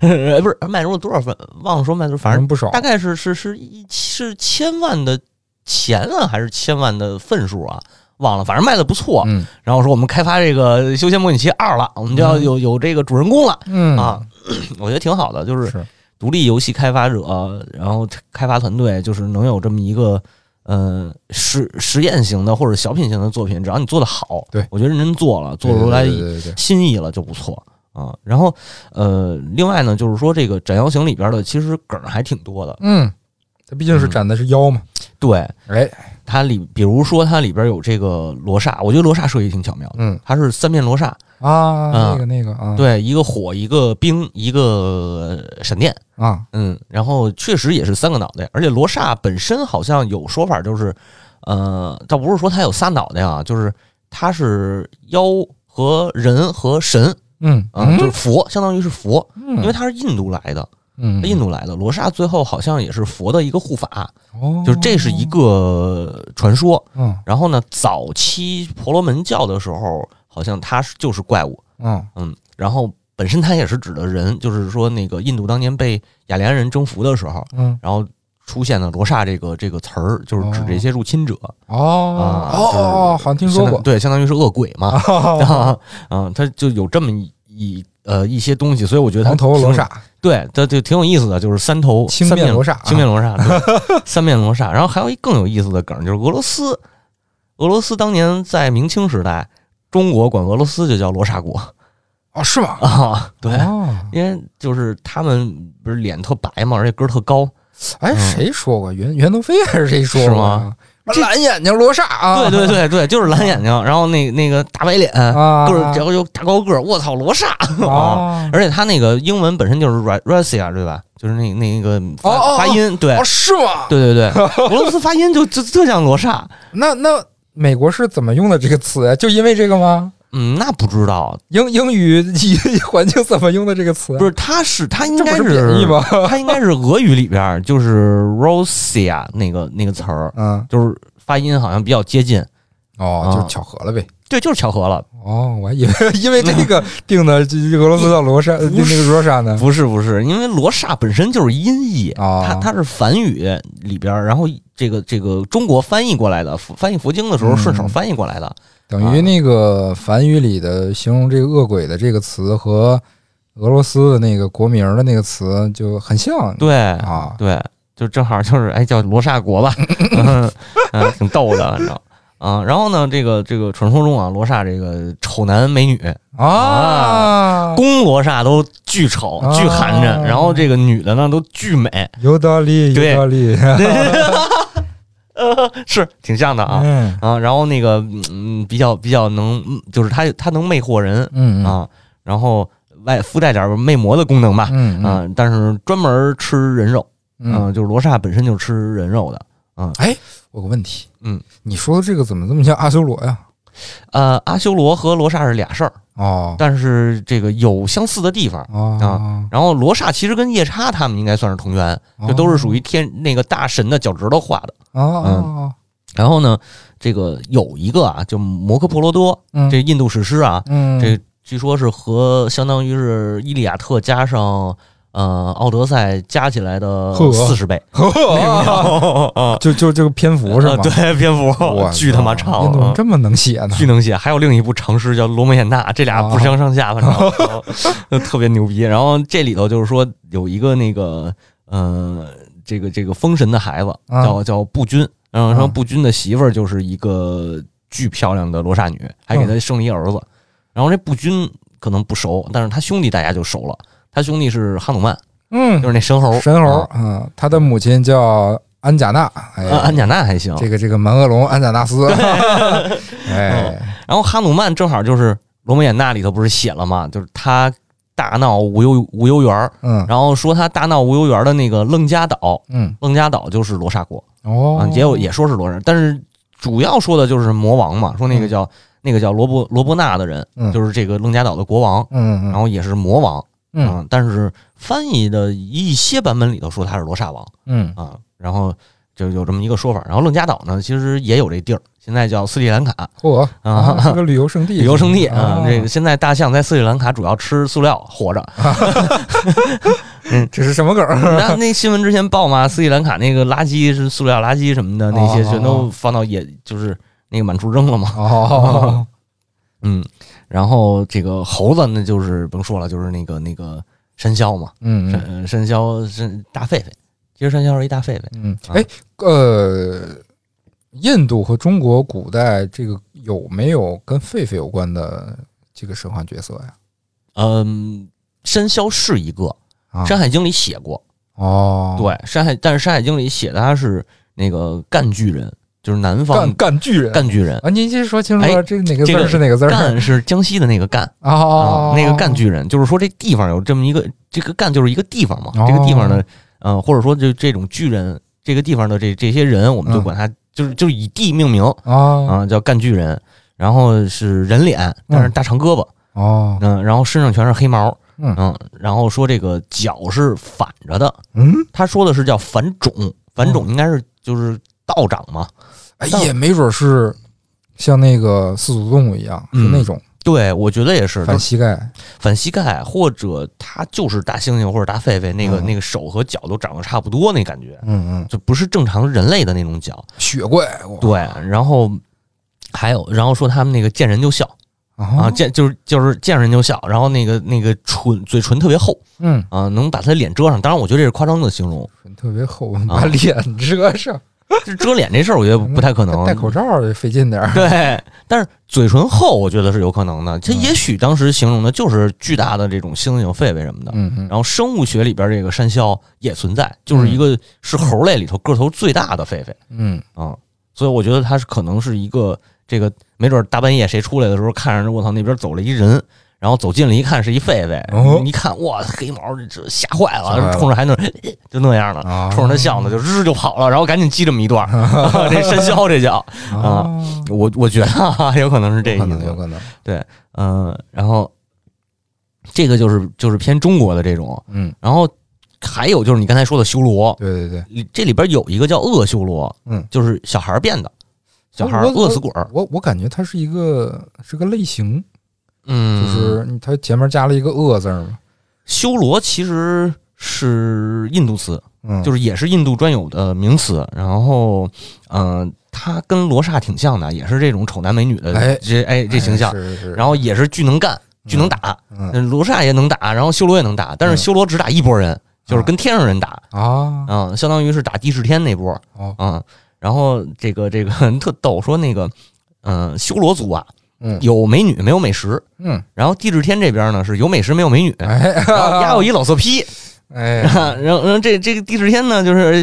Speaker 3: 呃不是卖出了多少份，忘了说卖出，反正
Speaker 2: 不少
Speaker 3: 大，概是是是一是千万的钱啊，还是千万的份数啊？忘了，反正卖的不错。
Speaker 2: 嗯
Speaker 3: 然后说我们开发这个《修仙模拟器二》了，我们就要有有这个主人公了
Speaker 2: 嗯
Speaker 3: 啊， 我觉得挺好的，就是
Speaker 2: 是
Speaker 3: 独立游戏开发者，然后开发团队就是能有这么一个。呃，实实验型的或者小品型的作品，只要你做得好，
Speaker 2: 对
Speaker 3: 我觉得认真做了，做出来
Speaker 2: 对对对对对
Speaker 3: 心意了就不错啊。然后，呃，另外呢，就是说这个《斩妖行》里边的其实梗儿还挺多的，
Speaker 2: 嗯，它毕竟是斩的是妖嘛，
Speaker 3: 对，
Speaker 2: 哎，
Speaker 3: 它里比如说它里边有这个罗刹，我觉得罗刹设计挺巧妙的，
Speaker 2: 嗯
Speaker 3: 它是三面罗刹，
Speaker 2: 啊，
Speaker 3: 啊
Speaker 2: 那个那个啊，
Speaker 3: 对，一个火，一个冰，一个呃闪电，
Speaker 2: 啊，
Speaker 3: 嗯，然后确实也是三个脑袋，而且罗刹本身好像有说法，就是，呃，倒不是说它有仨脑袋啊，就是它是妖和人和神
Speaker 2: 嗯
Speaker 3: 啊，就是佛，相当于是佛，因为它是印度来的，
Speaker 2: 嗯，
Speaker 3: 印度来的罗刹最后好像也是佛的一个护法，
Speaker 2: 哦，
Speaker 3: 就是这是一个传说，
Speaker 2: 嗯
Speaker 3: 然后呢，早期婆罗门教的时候，好像他是就是怪物，
Speaker 2: 嗯
Speaker 3: 嗯，然后本身他也是指的人，就是说那个印度当年被雅利安人征服的时候，
Speaker 2: 嗯
Speaker 3: 然后出现了罗刹这个这个词儿，就是指这些入侵者，
Speaker 2: 哦
Speaker 3: 啊
Speaker 2: 哦，好像听说
Speaker 3: 相
Speaker 2: 过哦
Speaker 3: 当对，相当于是恶鬼嘛，啊，嗯，他就有这么一一呃一些东西，所以我觉得他
Speaker 2: 黄头罗
Speaker 3: 挺
Speaker 2: 刹，
Speaker 3: 对，它就挺有意思的，就是三头
Speaker 2: 青
Speaker 3: 三
Speaker 2: 面
Speaker 3: 面
Speaker 2: 罗刹啊
Speaker 3: 青面罗刹，对 三面罗刹。然后还有一更有意思的梗，就是俄罗斯，俄罗斯当年在明清时代，中国管俄罗斯就叫罗刹国
Speaker 2: 哦，是吗？
Speaker 3: 啊， 对，
Speaker 2: 哦，
Speaker 3: 因为就是他们不是脸特白嘛，而且个儿特高，
Speaker 2: 哎，
Speaker 3: 嗯
Speaker 2: 谁说过袁袁腾飞还是谁说过啊？蓝眼睛罗刹啊？
Speaker 3: 对对对对，就是蓝眼睛，然后那那个大白脸，
Speaker 2: 啊，
Speaker 3: 就是然后又大高个儿，我操，罗刹啊！
Speaker 2: 哦
Speaker 3: 而且他那个英文本身就是 Ra- Russia 对吧？就是那那个发
Speaker 2: 哦哦哦
Speaker 3: 发音，对
Speaker 2: 哦，是吗？
Speaker 3: 哎对对对， 俄罗斯发音就就就像罗刹。
Speaker 2: 那那美国是怎么用的这个词呀？就因为这个吗？
Speaker 3: 嗯，那不知道，
Speaker 2: 英英语 环境怎么用的这个词？
Speaker 3: 不是，他是他应
Speaker 2: 这
Speaker 3: 该
Speaker 2: 不是贬 义吗？
Speaker 3: 他应该是俄语里边儿就是 Russia 那个那个词儿，
Speaker 2: 嗯，
Speaker 3: 就是发音好像比较接近。
Speaker 2: 哦，就
Speaker 3: 啊
Speaker 2: 巧合了呗。
Speaker 3: 对，就是巧合了，
Speaker 2: 哦，我还以为 因为这 个定的这这俄罗斯叫罗刹，
Speaker 3: 不
Speaker 2: 那个罗刹呢？
Speaker 3: 不是不是，因为罗刹本身就是音译，
Speaker 2: 哦
Speaker 3: 它它是梵语里边儿，然后这个这个中国翻译过来的，佛翻译佛经的时候
Speaker 2: 嗯
Speaker 3: 顺手翻译过来的，
Speaker 2: 等于那个梵语里的形容这个恶鬼的这个词和俄罗斯的那个国名的那个词就很像。
Speaker 3: 对
Speaker 2: 啊，
Speaker 3: 对，就正好就是哎叫罗刹国 吧，嗯、嗯挺逗的，你知道。啊，然后呢，这个这个传说中啊，罗刹这个丑男美女，
Speaker 2: 啊，
Speaker 3: 公罗刹都巨丑、
Speaker 2: 啊
Speaker 3: 巨寒碜，然后这个女的呢都巨 美，
Speaker 2: 有道理，
Speaker 3: 对
Speaker 2: 有道理。
Speaker 3: 呃，是挺像的啊
Speaker 2: 嗯
Speaker 3: 啊，然后那个嗯，比较比较能，嗯就是她她能魅惑人
Speaker 2: 嗯
Speaker 3: 啊，然后外附带点魅魔的功能吧，
Speaker 2: 嗯
Speaker 3: 啊，但是专门吃人肉，
Speaker 2: 嗯，
Speaker 3: 啊，就是罗刹本身就是吃人肉的，
Speaker 2: 我有个问题，
Speaker 3: 嗯，
Speaker 2: 你说的这个怎么这么像阿修罗呀？
Speaker 3: 呃，阿修罗和罗刹是俩事儿，
Speaker 2: 哦
Speaker 3: 但是这个有相似的地方。
Speaker 2: 哦，
Speaker 3: 然后罗刹其实跟夜叉他们应该算是同源，这都是属于天那个大神的脚趾头画的。
Speaker 2: 哦哦，
Speaker 3: 然后呢，这个有一个啊，就摩诃婆罗多，
Speaker 2: 嗯
Speaker 3: 这印度史诗啊，
Speaker 2: 嗯
Speaker 3: 这据说是和相当于是《伊利亚特》加上呃《奥德赛》加起来的
Speaker 2: 呵
Speaker 3: 四十倍， 啊
Speaker 2: 就就这个篇幅是吗？
Speaker 3: 对，篇幅
Speaker 2: 我
Speaker 3: 巨他妈
Speaker 2: 操印度人
Speaker 3: 长。啊
Speaker 2: 这么能写 呢？
Speaker 3: 巨能写，还有另一部长诗叫《罗摩衍那》，
Speaker 2: 啊
Speaker 3: 这俩不相上下，反 正嗯特别牛逼。然后这里头就是说有一个那个，呃，这个这个封神的孩子
Speaker 2: 啊
Speaker 3: 叫叫步军，然后说
Speaker 2: 啊
Speaker 3: 步军的媳妇儿就是一个巨漂亮的罗刹女，还给他生了一儿子。
Speaker 2: 啊
Speaker 3: 然后这步军可能不熟，但是他兄弟大家就熟了。他兄弟是哈努曼，
Speaker 2: 嗯
Speaker 3: 就，是那神猴，
Speaker 2: 神猴
Speaker 3: 啊，
Speaker 2: 嗯，他的母亲叫安贾纳，哎，
Speaker 3: 啊安贾纳还行。
Speaker 2: 这个这个蛮恶龙安贾 纳斯，哎，
Speaker 3: 然后哈努曼正好就是《罗摩衍那》里头不是写了吗？就是他大闹无忧无忧园儿，
Speaker 2: 嗯
Speaker 3: 然后说他大闹无忧园的那个楞伽岛，
Speaker 2: 嗯，
Speaker 3: 楞伽岛就是罗刹国啊
Speaker 2: 哦，，
Speaker 3: 也有也说是罗刹，但是主要说的就是魔王嘛，说那个叫那个叫罗伯罗伯纳的人
Speaker 2: 嗯，
Speaker 3: 就是这个楞伽岛的国王，
Speaker 2: 嗯，
Speaker 3: 然
Speaker 2: 嗯
Speaker 3: 后也是魔王
Speaker 2: 嗯
Speaker 3: 啊，但是翻译的一些版本里头说他是罗刹王
Speaker 2: 嗯
Speaker 3: 啊，然后就有这么一个说法。然后楞伽岛呢，其实也有这地儿，现在叫斯里兰卡，
Speaker 2: 嚯
Speaker 3: 啊
Speaker 2: 是个旅游胜地，
Speaker 3: 旅游胜地啊
Speaker 2: 啊，，
Speaker 3: 这个现在大象在斯里兰卡主要吃塑料活着，
Speaker 2: 这是什么梗儿？
Speaker 3: 那 那新闻之前报嘛，斯里兰卡那个垃圾是塑料垃圾什么的，那些
Speaker 2: 哦
Speaker 3: 全都放到野，就是那个满处扔了嘛。
Speaker 2: 哦，
Speaker 3: 嗯，然后这个猴子那就是甭说了，就是那个那个山魈嘛，
Speaker 2: 嗯
Speaker 3: 山
Speaker 2: 嗯
Speaker 3: 呃山魈是大狒狒，其实山魈是一大狒狒。
Speaker 2: 嗯，哎，呃，印度和中国古代这个有没有跟狒狒有关的这个神话角色呀？
Speaker 3: 嗯，山魈是一个，
Speaker 2: 啊
Speaker 3: 《山海经》里写过，
Speaker 2: 哦，
Speaker 3: 对，山海，但是《山海经》里写的他是那个赣巨人，就是南
Speaker 2: 干
Speaker 3: 方
Speaker 2: 干巨人
Speaker 3: 赣巨人，
Speaker 2: 啊！您先说清楚
Speaker 3: 哎
Speaker 2: 了，这个哪个字
Speaker 3: 这
Speaker 2: 儿
Speaker 3: 个
Speaker 2: 是哪个字儿？
Speaker 3: 赣是江西的那个赣。
Speaker 2: 啊
Speaker 3: 啊
Speaker 2: 哦，，
Speaker 3: 那个赣巨人，就是说这地方有这么一个，这个赣就是一个地方嘛，
Speaker 2: 哦
Speaker 3: 这个地方呢，呃，或者说就这种巨人，这个地方的这这些人，我们就
Speaker 2: 嗯
Speaker 3: 管他、就是就是以地命名
Speaker 2: 啊
Speaker 3: 啊，叫赣巨人。然后是人脸，
Speaker 2: 嗯
Speaker 3: 但是大长胳膊，
Speaker 2: 哦，
Speaker 3: 嗯、然后身上全是黑毛，
Speaker 2: 嗯
Speaker 3: 然后说这个脚是反着的，
Speaker 2: 嗯，
Speaker 3: 他说的是叫反种，反
Speaker 2: 哦
Speaker 3: 种应该是就是倒长嘛，
Speaker 2: 哎，
Speaker 3: 但
Speaker 2: 也没准是像那个四足动物一样，是
Speaker 3: 嗯
Speaker 2: 那种
Speaker 3: 对我觉得也是，
Speaker 2: 翻
Speaker 3: 就是
Speaker 2: 膝盖
Speaker 3: 反膝盖，或者他就是大猩猩或者大狒狒，那个、
Speaker 2: 嗯
Speaker 3: 那个手和脚都长得差不多那感觉，
Speaker 2: 嗯嗯，
Speaker 3: 就不是正常人类的那种脚。
Speaker 2: 雪怪我
Speaker 3: 对，然后还有，然后说他们那个见人就笑啊，
Speaker 2: 啊，
Speaker 3: 见就是就是见人就笑，然后那个那个唇嘴唇特别厚
Speaker 2: 嗯，
Speaker 3: 啊，能把他脸遮上。当然，我觉得这是夸张的形容。
Speaker 2: 特别厚，把脸遮上，
Speaker 3: 这遮脸这事儿，我觉得不嗯太可能。
Speaker 2: 戴口罩儿费劲点 儿。
Speaker 3: 对，但是嘴唇厚，我觉得是有可能的。它也许当时形容的就是巨大的这种猩猩、狒狒什么的。
Speaker 2: 嗯嗯
Speaker 3: 然后生物学里边这个山魈也存在，就是一个是猴类里头个头最大的狒狒
Speaker 2: 嗯，
Speaker 3: 啊，所以我觉得它是可能是一个这个，没准大半夜谁出来的时候看着我操那边走了一人，然后走近了一看是一狒狒，
Speaker 2: 哦
Speaker 3: 一看哇黑毛这这吓坏
Speaker 2: 吓坏
Speaker 3: 了，
Speaker 2: 了
Speaker 3: 冲着还那就那样了，
Speaker 2: 啊
Speaker 3: 冲着他笑呢就日就跑了，然后赶紧记这么一 段，这山魈这叫啊，
Speaker 2: 哦
Speaker 3: 我我觉得啊 有可能是这
Speaker 2: 有
Speaker 3: 意思，
Speaker 2: 可能有可能。
Speaker 3: 嗯，然后这个就是就是偏中国的这种，
Speaker 2: 嗯，
Speaker 3: 然后还有就是你刚才说的修罗，
Speaker 2: 对对对，
Speaker 3: 里这里边有一个叫恶修罗，
Speaker 2: 嗯，
Speaker 3: 就是小孩儿变的，小孩儿
Speaker 2: 我我
Speaker 3: 饿死鬼儿，
Speaker 2: 我我感觉它是一个是个类型，就
Speaker 3: 嗯，
Speaker 2: 是你它前面加了一个恶字儿嘛。
Speaker 3: 修罗其实是印度词，
Speaker 2: 嗯，
Speaker 3: 就是是也是印度专有的名词，然后嗯、呃它跟罗刹挺像的，也是这种丑男美女的，
Speaker 2: 哎
Speaker 3: 这哎这形象，
Speaker 2: 是是是。
Speaker 3: 然后也是巨能干，巨能打。
Speaker 2: 嗯
Speaker 3: 嗯，罗刹也能打，然后修罗也能打，但是
Speaker 2: 嗯
Speaker 3: 修罗只打一波人，就是跟天上人打
Speaker 2: 啊
Speaker 3: 啊、相当于是打地势天那波
Speaker 2: 哦
Speaker 3: 啊、然后这个 这个特逗，说那个嗯、呃修罗族啊
Speaker 2: 嗯
Speaker 3: 有美女没有美食，
Speaker 2: 嗯，
Speaker 3: 然后地质天这边呢是有美食没有美女。
Speaker 2: 哎，
Speaker 3: 然后丫有一老色批，
Speaker 2: 哎
Speaker 3: 然，后然后这这个地质天呢，就是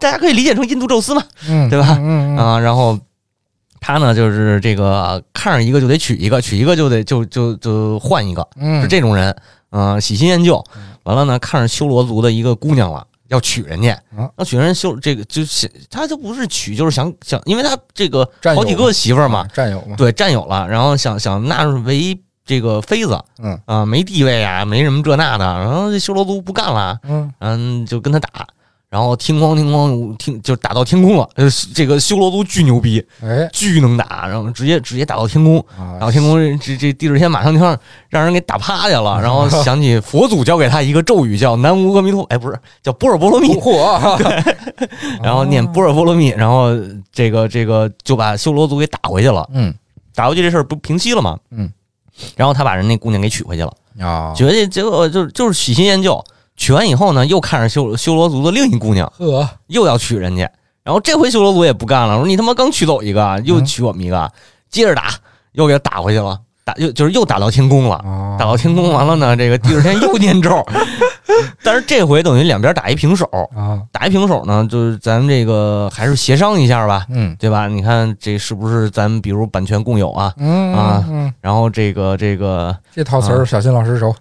Speaker 3: 大家可以理解成印度宙斯嘛
Speaker 2: 嗯，
Speaker 3: 对吧
Speaker 2: 嗯嗯嗯
Speaker 3: 啊，然后他呢就是这个看上一个就得娶一个，娶一个就得就就就换一个，
Speaker 2: 嗯，
Speaker 3: 是这种人，嗯、喜新厌旧。完了呢，看上修罗族的一个姑娘了，要娶人家
Speaker 2: 啊，
Speaker 3: 要娶人修这个就是他就不是娶，就是想想，因为他这个
Speaker 2: 占有
Speaker 3: 好几个媳妇儿嘛
Speaker 2: 啊，战友嘛，
Speaker 3: 对，占有了，然后想想纳入为这个妃子，
Speaker 2: 嗯
Speaker 3: 啊、没地位啊，没什么这那的，然后这修罗族不干了，
Speaker 2: 嗯
Speaker 3: 嗯，就跟他打。然后听光听光听就打到天空了，呃，这个修罗族巨牛逼，
Speaker 2: 哎
Speaker 3: 巨能打，然后直接直接打到天空，
Speaker 2: 啊
Speaker 3: 然后天空这这这地质天马上就让让人给打趴下了，然后想起佛祖教给他一个咒语叫 南无阿弥陀，哎，不是叫波尔波罗蜜，
Speaker 2: 嚯，
Speaker 3: 然后念波尔波罗蜜，然后这个这个就把修罗族给打回去了，
Speaker 2: 嗯
Speaker 3: 打回去这事儿不平息了吗？
Speaker 2: 嗯，
Speaker 3: 然后他把人那姑娘给娶回去了，
Speaker 2: 啊，
Speaker 3: 娶回去结果就就是喜新厌旧，娶完以后呢，又看上修修罗族的另一姑娘，
Speaker 2: 呵，
Speaker 3: 又要娶人家，然后这回修罗族也不干了，说你他妈刚娶走一个，又娶我们一个，接着打，又给他打回去了，打又就是又打到天宫了。
Speaker 2: 啊
Speaker 3: 打到天宫完了呢，这个第二天又念咒，但是这回等于两边打一平手，
Speaker 2: 啊，
Speaker 3: 打一平手呢，就是咱们这个还是协商一下吧，
Speaker 2: 嗯
Speaker 3: 对吧？你看这是不是咱们比如版权共有啊？
Speaker 2: 嗯
Speaker 3: 啊
Speaker 2: 嗯，
Speaker 3: 然后这个这个
Speaker 2: 这套词儿小新老师熟，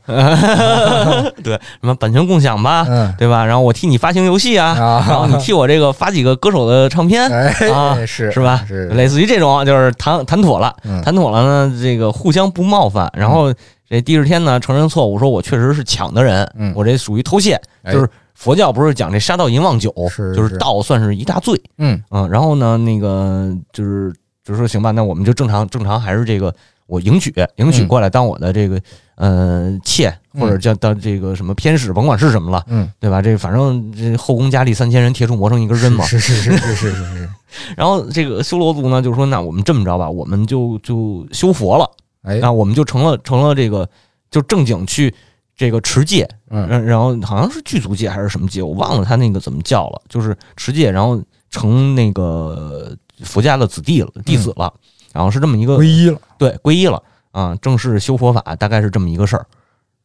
Speaker 3: 对什么版权共享吧，
Speaker 2: 嗯
Speaker 3: 对吧？然后我替你发行游戏啊，然后
Speaker 2: 啊
Speaker 3: 你，替我这个发几个歌手的唱片， 啊
Speaker 2: 哎是
Speaker 3: 是吧？
Speaker 2: 是
Speaker 3: 类似于这种，啊就是谈谈妥了，
Speaker 2: 嗯
Speaker 3: 谈妥了呢，这个互相不冒犯，然后这第二天呢承认错误，说我确实是抢的人，
Speaker 2: 嗯
Speaker 3: 我这属于偷窃，
Speaker 2: 哎
Speaker 3: 就是佛教不是讲这杀盗淫妄酒，
Speaker 2: 是
Speaker 3: 就是
Speaker 2: 是
Speaker 3: 盗算是一大罪，
Speaker 2: 嗯
Speaker 3: 嗯，然后呢那个就是就是说行吧，那我们就正常正常还是这个我迎娶迎娶
Speaker 2: 嗯
Speaker 3: 过来当我的这个呃妾或者
Speaker 2: 嗯
Speaker 3: 叫当这个什么偏使，甭管是什么了，
Speaker 2: 嗯，
Speaker 3: 对吧？这反正这后宫佳丽三千人，铁杵磨成一根针嘛，
Speaker 2: 是是是是是是是，
Speaker 3: 然后这个修罗族呢，就说那我们这么着吧，我们就就修佛了，
Speaker 2: 哎
Speaker 3: 那我们就成了成了这个就正经去这个持戒，
Speaker 2: 嗯
Speaker 3: 然然后好像是具足戒还是什么戒，我忘了他那个怎么叫了，就是持戒，然后成那个佛家的子弟了弟子了，然后是这么一个
Speaker 2: 皈嗯依了
Speaker 3: 对皈依了啊，正式修佛法，大概是这么一个事儿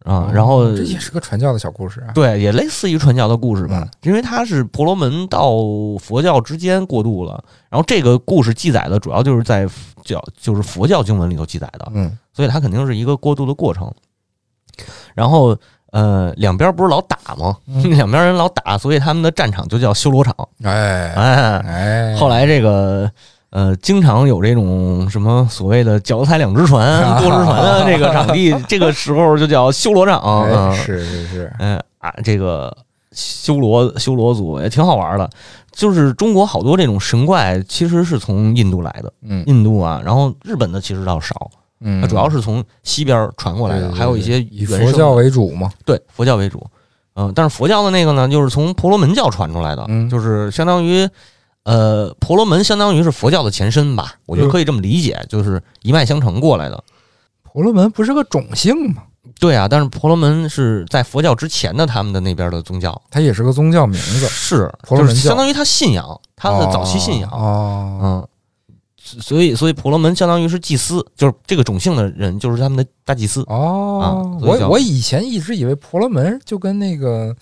Speaker 3: 啊，然后
Speaker 2: 哦这也是个传教的小故事啊，
Speaker 3: 对，也类似于传教的故事吧
Speaker 2: 嗯，
Speaker 3: 因为它是婆罗门到佛教之间过渡了。然后这个故事记载的主要就是在教，就是佛教经文里头记载的，
Speaker 2: 嗯
Speaker 3: 所以它肯定是一个过渡的过程。然后，呃，两边不是老打吗？
Speaker 2: 嗯
Speaker 3: 两边人老打，所以他们的战场就叫修罗场。
Speaker 2: 哎
Speaker 3: 哎，
Speaker 2: 哎，
Speaker 3: 后来这个。呃，经常有这种什么所谓的脚踩两只船、 多只船的这个场地，这个时候就叫修罗场。嗯
Speaker 2: 哎是是是，
Speaker 3: 嗯啊，这个修罗修罗族也挺好玩的，就是中国好多这种神怪其实是从印度来的，
Speaker 2: 嗯
Speaker 3: 印度啊，然后日本的其实倒少，它
Speaker 2: 嗯，
Speaker 3: 主要是从西边传过来
Speaker 2: 对
Speaker 3: 的，
Speaker 2: 对
Speaker 3: 还有一
Speaker 2: 对
Speaker 3: 些
Speaker 2: 以
Speaker 3: 原
Speaker 2: 佛
Speaker 3: 生
Speaker 2: 教
Speaker 3: 的
Speaker 2: 为主嘛，
Speaker 3: 对佛教为主，嗯、但是佛教的那个呢，就是从婆罗门教传出来的，
Speaker 2: 嗯
Speaker 3: 就是相当于。呃，婆罗门相当于是佛教的前身吧，我觉得
Speaker 2: 嗯
Speaker 3: 可以这么理解，就是一脉相承过来的。
Speaker 2: 婆罗门不是个种姓吗？
Speaker 3: 对啊，但是婆罗门是在佛教之前的他们的那边的宗教，
Speaker 2: 它也是个宗教 名字，
Speaker 3: 是
Speaker 2: 婆罗
Speaker 3: 就
Speaker 2: 门
Speaker 3: 是
Speaker 2: 教
Speaker 3: 相当于他信仰，他的早期信仰，
Speaker 2: 哦，
Speaker 3: 嗯，所以所以婆罗门相当于是祭司，就是这个种姓的人就是他们的大祭司，
Speaker 2: 哦，
Speaker 3: 啊所以
Speaker 2: 我
Speaker 3: 叫
Speaker 2: 我以前一直以为婆罗门就跟那个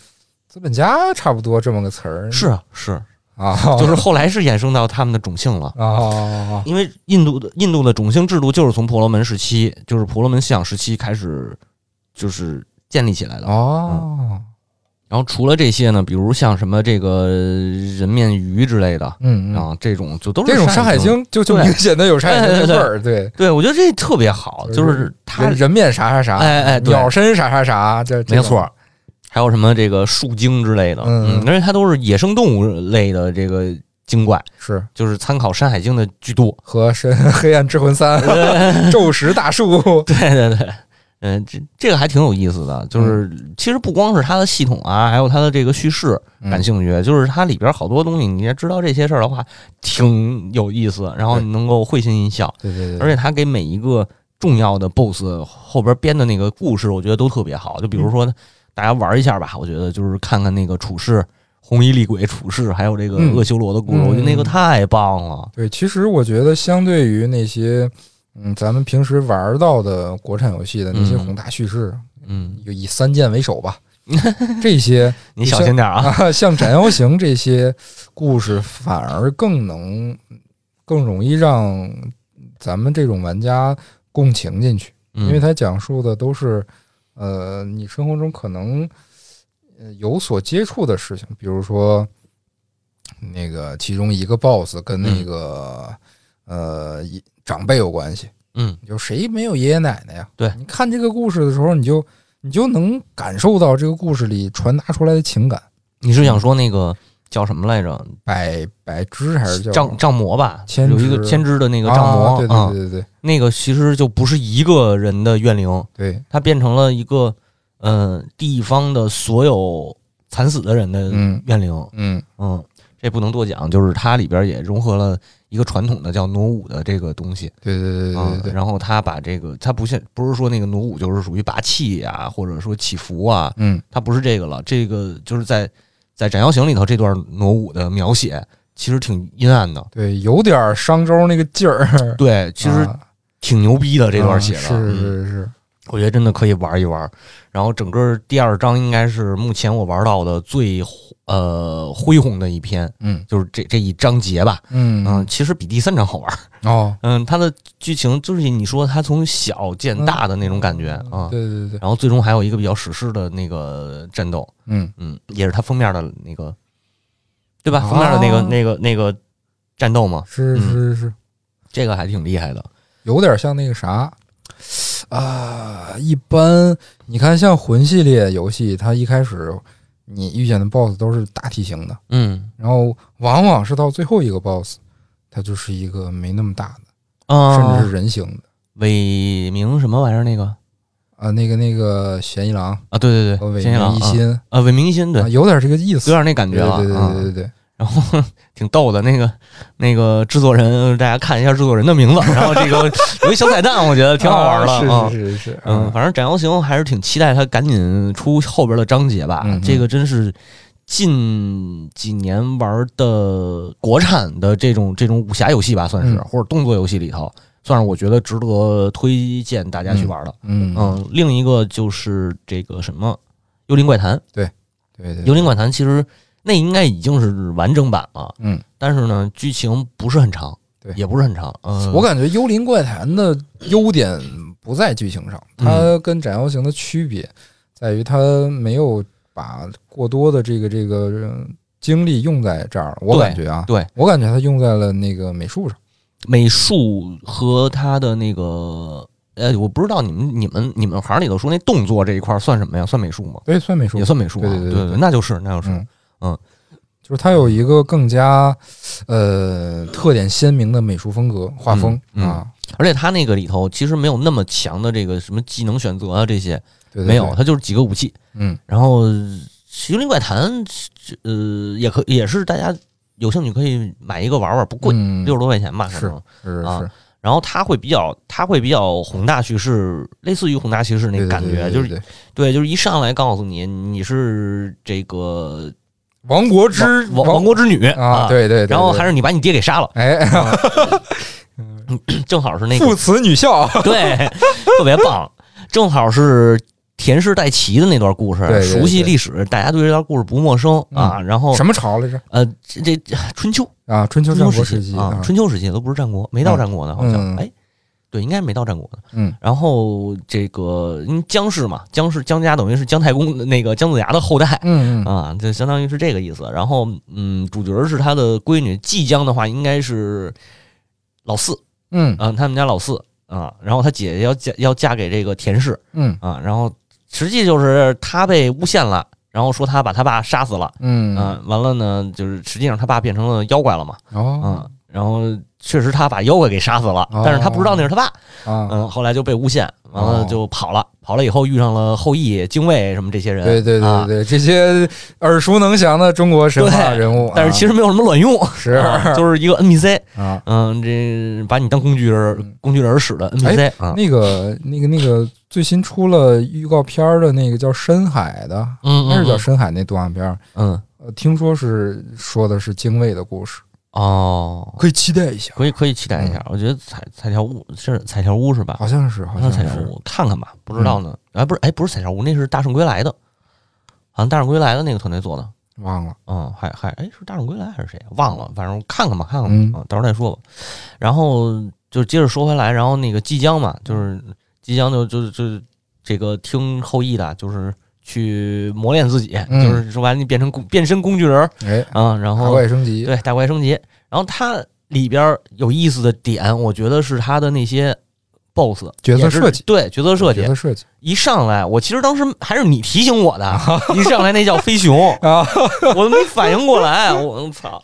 Speaker 2: 资本家差不多这么个词儿，
Speaker 3: 是啊是，
Speaker 2: 啊，
Speaker 3: 就是后来是衍生到他们的种姓了。
Speaker 2: 啊，
Speaker 3: 因为印度的印度的种姓制度就是从婆罗门时期，就是婆罗门信仰时期开始，就是建立起来的。
Speaker 2: 哦，
Speaker 3: 然后除了这些呢，比如像什么这个人面鱼之类的
Speaker 2: 嗯嗯，
Speaker 3: 啊，这种就都是
Speaker 2: 这种《
Speaker 3: 山
Speaker 2: 山海经》就就
Speaker 3: 对
Speaker 2: 明显的有《山海经》
Speaker 3: 对对
Speaker 2: 的
Speaker 3: 对
Speaker 2: 味儿，对，
Speaker 3: 对我觉得这特别好，
Speaker 2: 就
Speaker 3: 就
Speaker 2: 是
Speaker 3: 是它
Speaker 2: 人人面啥啥啥，
Speaker 3: 哎哎对
Speaker 2: 鸟身啥啥啥，这
Speaker 3: 没错，。还有什么这个树精之类的，
Speaker 2: 嗯
Speaker 3: 嗯，而且它都是野生动物类的这个精怪，
Speaker 2: 这种是
Speaker 3: 就是参考《山海经》的居多。
Speaker 2: 和《神 黑暗之魂三》咒石大树，
Speaker 3: 对对对，嗯，这这个还挺有意思的，就是其实不光是它的系统啊，还有它的这个叙事感兴趣，就是它里边好多东西，你要知道这些事儿的话，挺有意思，然后
Speaker 2: 对
Speaker 3: 你能够会心一笑，
Speaker 2: 对对
Speaker 3: 而且它给每一个重要的 BOSS 后边编的那个故事，我觉得都特别好。就比
Speaker 2: 嗯
Speaker 3: 如说，大家玩一下吧，我觉得就是看看那个处事。红衣厉鬼处事，还有这个
Speaker 2: 嗯
Speaker 3: 恶修罗的故事，我觉得那个
Speaker 2: 嗯
Speaker 3: 太棒了。
Speaker 2: 对，其实我觉得相对于那些。嗯，咱们平时玩到的国产游戏的那些
Speaker 3: 嗯
Speaker 2: 宏大叙事，
Speaker 3: 嗯，
Speaker 2: 就以三剑 为首吧，这些
Speaker 3: 你小心点儿啊。
Speaker 2: 啊，像《斩妖行》这些故事，反而更能、更容易让咱们这种玩家共情进去，因
Speaker 3: 嗯
Speaker 2: 为它讲述的都是呃你生活中可能呃有所接触的事情，比如说那个其中一个 BOSS 跟
Speaker 3: 嗯
Speaker 2: 那个、呃一长辈有关系，
Speaker 3: 嗯，
Speaker 2: 你就谁没有爷爷奶奶呀？
Speaker 3: 对
Speaker 2: 你看这个故事的时候，你就你就能感受到这个故事里传达出来的情感。
Speaker 3: 你是想说那个叫什么来着？
Speaker 2: 百百只还是叫
Speaker 3: 障障魔吧，
Speaker 2: 千
Speaker 3: 有一个
Speaker 2: 只
Speaker 3: 千只的那个障魔
Speaker 2: 啊对
Speaker 3: 啊
Speaker 2: 对对对
Speaker 3: 那个其实就不是一个人的怨灵，
Speaker 2: 对
Speaker 3: 它变成了一个呃地方的所有惨死的人的
Speaker 2: 嗯
Speaker 3: 怨灵。
Speaker 2: 嗯
Speaker 3: 嗯，这不能多讲，就是它里边也融合了一个传统的叫傩舞的这个东西。
Speaker 2: 对对对对
Speaker 3: 嗯
Speaker 2: 对，对，
Speaker 3: 然后它把这个，它不像不是说那个傩舞就是属于拔气呀、或者说祈福啊，
Speaker 2: 嗯
Speaker 3: 它不是这个了，这个就是在在《斩妖行》里头这段傩舞的描写，其实挺阴暗的。
Speaker 2: 对，有点商周那个劲儿，
Speaker 3: 对，其实
Speaker 2: 啊
Speaker 3: 挺牛逼的这段写的，
Speaker 2: 啊是
Speaker 3: 嗯
Speaker 2: 是是，
Speaker 3: 我觉得真的可以玩一玩。然后整个第二章应该是目前我玩到的最呃恢宏的一篇，
Speaker 2: 嗯
Speaker 3: 就是这这一章节吧。
Speaker 2: 嗯
Speaker 3: 嗯，其实比第三章好玩。
Speaker 2: 哦，
Speaker 3: 嗯，它的剧情就是你说它从小见大的那种感觉啊。
Speaker 2: 嗯对对对，
Speaker 3: 然后最终还有一个比较史诗的那个战斗，
Speaker 2: 嗯
Speaker 3: 嗯，也是它封面的那个，对吧？
Speaker 2: 啊
Speaker 3: 封面的那个、那个、那个战斗嘛，
Speaker 2: 是
Speaker 3: 嗯
Speaker 2: 是是，
Speaker 3: 这个还挺厉害的。
Speaker 2: 有点像那个啥啊，一般你看像魂系列游戏，它一开始你遇见的 BOSS 都是大体型的，
Speaker 3: 嗯
Speaker 2: 然后往往是到最后一个 BOSS，它就是一个没那么大的，嗯甚
Speaker 3: 啊
Speaker 2: 至，是人形的。
Speaker 3: 伟明什么玩意儿那个？
Speaker 2: 啊，那个那个嫌疑狼
Speaker 3: 啊，对对
Speaker 2: 和
Speaker 3: 对，
Speaker 2: 伪
Speaker 3: 先
Speaker 2: 哦明一
Speaker 3: 啊，
Speaker 2: 心，
Speaker 3: 啊，伪明一心，对，
Speaker 2: 啊
Speaker 3: 有
Speaker 2: 有点这个意思，
Speaker 3: 点那感
Speaker 2: 对
Speaker 3: 觉了，
Speaker 2: 对对
Speaker 3: 啊
Speaker 2: 对对对，
Speaker 3: 然后挺逗的，那个那个制作人，呃大家看一下制作人的名字，然后这个 有一小彩蛋，我觉得挺好玩的
Speaker 2: 啊
Speaker 3: 啊。
Speaker 2: 是是是是，
Speaker 3: 嗯，反正《斩妖行》还是挺期待它赶紧出后边的章节吧。
Speaker 2: 嗯嗯
Speaker 3: 这个真是近几年玩的国产的这种这种武侠游戏吧，算是、
Speaker 2: 嗯
Speaker 3: 或者动作游戏里头，算是我觉得值得推荐大家去玩的。
Speaker 2: 嗯嗯，
Speaker 3: 嗯，另一个就是这个什么《幽灵怪谈》，
Speaker 2: 对
Speaker 3: 《
Speaker 2: 对，
Speaker 3: 幽灵怪谈》其实那应该已经是完整版了，
Speaker 2: 嗯，
Speaker 3: 但是呢，剧情不是很长，
Speaker 2: 对
Speaker 3: 也不是很长。呃，
Speaker 2: 我感觉《幽灵怪谈》的优点不在剧情上，
Speaker 3: 嗯
Speaker 2: 它跟《斩妖行》的区别在于它没有把过多的这个这个呃精力用在这儿，我
Speaker 3: 对
Speaker 2: 感觉啊，
Speaker 3: 对
Speaker 2: 我感觉它用在了那个美术上，
Speaker 3: 美术和他的那个，呃，我不知道你们你们你们行里头说那动作这一块儿算什么呀？算美术吗？
Speaker 2: 对，算美术
Speaker 3: 也，算美术啊，
Speaker 2: 对对对
Speaker 3: 对
Speaker 2: 对对
Speaker 3: 那就是那就是，
Speaker 2: 嗯就是它有一个更加呃特点鲜明的美术风格画风
Speaker 3: 嗯嗯
Speaker 2: 啊，
Speaker 3: 而且他那个里头其实没有那么强的这个什么技能选择啊这些，
Speaker 2: 对对
Speaker 3: 没
Speaker 2: 对
Speaker 3: 有，他就是几个武器。
Speaker 2: 嗯
Speaker 3: 然后呃《幽灵怪谈》呃也可也是大家有兴趣可以买一个玩玩，不贵，
Speaker 2: 嗯
Speaker 3: 六十多块钱吧，
Speaker 2: 是
Speaker 3: 反正。
Speaker 2: 是是
Speaker 3: 啊
Speaker 2: 是，
Speaker 3: 然后它会比较，它会比较宏大叙事，类似于宏大叙事那个
Speaker 2: 对对
Speaker 3: 感
Speaker 2: 对
Speaker 3: 觉，
Speaker 2: 对
Speaker 3: 就是
Speaker 2: 对
Speaker 3: 对，就是一上来告诉你你是这个
Speaker 2: 亡国之
Speaker 3: 王王国之女
Speaker 2: 啊，对对，对
Speaker 3: 然后
Speaker 2: 对
Speaker 3: 还是你把你爹给杀了，
Speaker 2: 哎，
Speaker 3: 正好是那个
Speaker 2: 父慈女孝，
Speaker 3: 对， 特别棒，正好是田氏代齐的那段故事，
Speaker 2: 对对
Speaker 3: 熟悉
Speaker 2: 对嗯
Speaker 3: 历史，大家对这段故事不陌生、啊。然后
Speaker 2: 什么朝来着？
Speaker 3: 呃，这这春秋
Speaker 2: 啊，春秋
Speaker 3: 春
Speaker 2: 战
Speaker 3: 秋
Speaker 2: 国
Speaker 3: 时
Speaker 2: 期
Speaker 3: 啊，春秋时期都不是战国，没到战国呢，好像
Speaker 2: 嗯
Speaker 3: 哎。对，应该没到战国呢。
Speaker 2: 嗯，
Speaker 3: 然后这个因为姜氏嘛，姜氏姜家等于是姜太公的那个姜子牙的后代，
Speaker 2: 嗯嗯
Speaker 3: 啊，就相当于是这个意思。然后，嗯，主角是他的闺女，即将的话应该是老四
Speaker 2: 嗯
Speaker 3: 啊，他们家老四啊。然后他姐姐要嫁要嫁给这个田氏
Speaker 2: 嗯
Speaker 3: 啊，然后实际就是他被诬陷了，然后说他把他爸杀死了，
Speaker 2: 嗯嗯，
Speaker 3: 啊，完了呢，就是实际上他爸变成了妖怪了嘛，
Speaker 2: 哦
Speaker 3: 啊，然后确实他把妖怪给杀死了，但是他不知道那是他爸，
Speaker 2: 啊，
Speaker 3: 嗯，后来就被诬陷，完了
Speaker 2: 哦
Speaker 3: 就跑了，跑了以后遇上了后羿、精卫什么这些人，
Speaker 2: 对对
Speaker 3: 啊
Speaker 2: 对对，这些耳熟能详的中国神话
Speaker 3: 对
Speaker 2: 人物啊，
Speaker 3: 但是其实没有什么卵用，
Speaker 2: 是
Speaker 3: 啊 就是一个 NPC，
Speaker 2: 啊，
Speaker 3: 嗯，这把你当工具人工具人使的 NPC
Speaker 2: 嗯哎
Speaker 3: 啊，
Speaker 2: 那个那个那个最新出了预告片儿的那个叫《深海》的，
Speaker 3: 嗯，
Speaker 2: 那是叫《
Speaker 3: 嗯
Speaker 2: 深海》那动画片儿，
Speaker 3: 嗯
Speaker 2: 呃，听说是说的是精卫的故事，
Speaker 3: 哦，
Speaker 2: 可以期待一下，
Speaker 3: 可以可以期待一下，我觉得彩彩条屋是彩条屋是吧？
Speaker 2: 嗯好像是好
Speaker 3: 好像
Speaker 2: 像
Speaker 3: 彩条
Speaker 2: 是嗯
Speaker 3: 屋看看吧，不知道呢。哎，不是，哎，不是彩条屋，那是大圣归来的，好像大圣归来的那个团队做的。
Speaker 2: 忘了，
Speaker 3: 嗯，还还哎，是大圣归来还是谁啊？忘了，反正看看吧，看看吧，
Speaker 2: 嗯
Speaker 3: 啊，到时候再说吧。然后就接着说回来，然后那个即将嘛，就是即将就就就这个听后羿的，就是去磨练自己，
Speaker 2: 嗯
Speaker 3: 就是说白了，你变成工变身工具人儿
Speaker 2: 哎，
Speaker 3: 啊，然
Speaker 2: 大
Speaker 3: 后
Speaker 2: 怪升级，
Speaker 3: 对大怪升级，然后它里边儿有意思的点，我觉得是它的那些 BOSS
Speaker 2: 角色
Speaker 3: 也是
Speaker 2: 设计
Speaker 3: 对角色设计
Speaker 2: 角色设计
Speaker 3: 一上来，我其实当时还是你提醒我的，一上来那叫飞熊，
Speaker 2: 啊，
Speaker 3: 我都没反应过来，我操！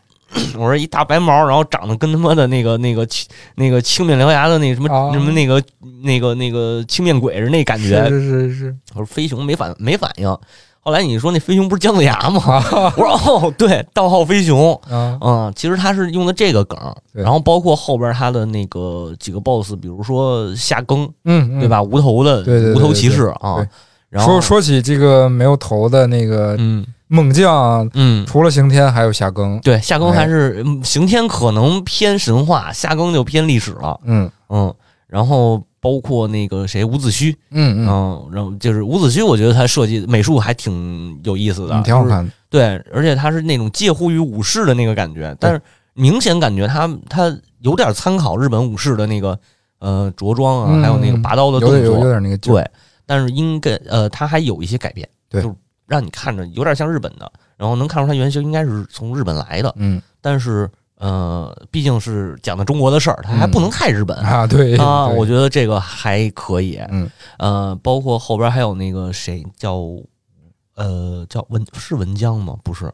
Speaker 3: 我说一大白毛，然后长得跟他妈的那个那个青那个青面獠牙的那什么、
Speaker 2: 啊
Speaker 3: 什么那个那个那个青面鬼似的那感觉。
Speaker 2: 是是是是，
Speaker 3: 我说飞熊没反没反应，后来你说那飞熊不是姜子牙吗？ 我说哦，对，盗号飞熊。
Speaker 2: 啊，
Speaker 3: 嗯，其实他是用的这个梗，
Speaker 2: 对
Speaker 3: 然后包括后边他的那个几个 boss，比如说夏庚，
Speaker 2: 嗯，嗯
Speaker 3: 对？吧？无头的
Speaker 2: 对对对
Speaker 3: 无头骑士
Speaker 2: 对
Speaker 3: 啊
Speaker 2: 对。
Speaker 3: 然后
Speaker 2: 说说起这个没有头的那个
Speaker 3: 嗯
Speaker 2: 猛将，
Speaker 3: 嗯，
Speaker 2: 除了刑天还有夏庚，
Speaker 3: 对，夏庚
Speaker 2: 哎
Speaker 3: 还是嗯刑天可能偏神话，夏庚就偏历史了。
Speaker 2: 嗯
Speaker 3: 嗯，然后包括那个谁伍子胥，
Speaker 2: 嗯嗯
Speaker 3: 嗯，然后就是伍子胥，我觉得他设计美术还挺有意思的，
Speaker 2: 嗯，挺好
Speaker 3: 就是。
Speaker 2: 看的，
Speaker 3: 对，而且他是那种介乎于武士的那个感觉，但是明显感觉他他有点参考日本武士的那个呃着装啊，
Speaker 2: 嗯
Speaker 3: 还有那个拔刀的动
Speaker 2: 有
Speaker 3: 作，
Speaker 2: 点有有点那个劲儿，
Speaker 3: 对，但是应该呃，它还有一些改变，
Speaker 2: 对
Speaker 3: 就是让你看着有点像日本的，然后能看出它原型应该是从日本来的，
Speaker 2: 嗯
Speaker 3: 但是呃，毕竟是讲的中国的事儿，它还不能太日本、
Speaker 2: 啊，对
Speaker 3: 啊，
Speaker 2: 对
Speaker 3: 我觉得这个还可以，
Speaker 2: 嗯
Speaker 3: 呃，包括后边还有那个谁叫呃叫文是文江吗？不是，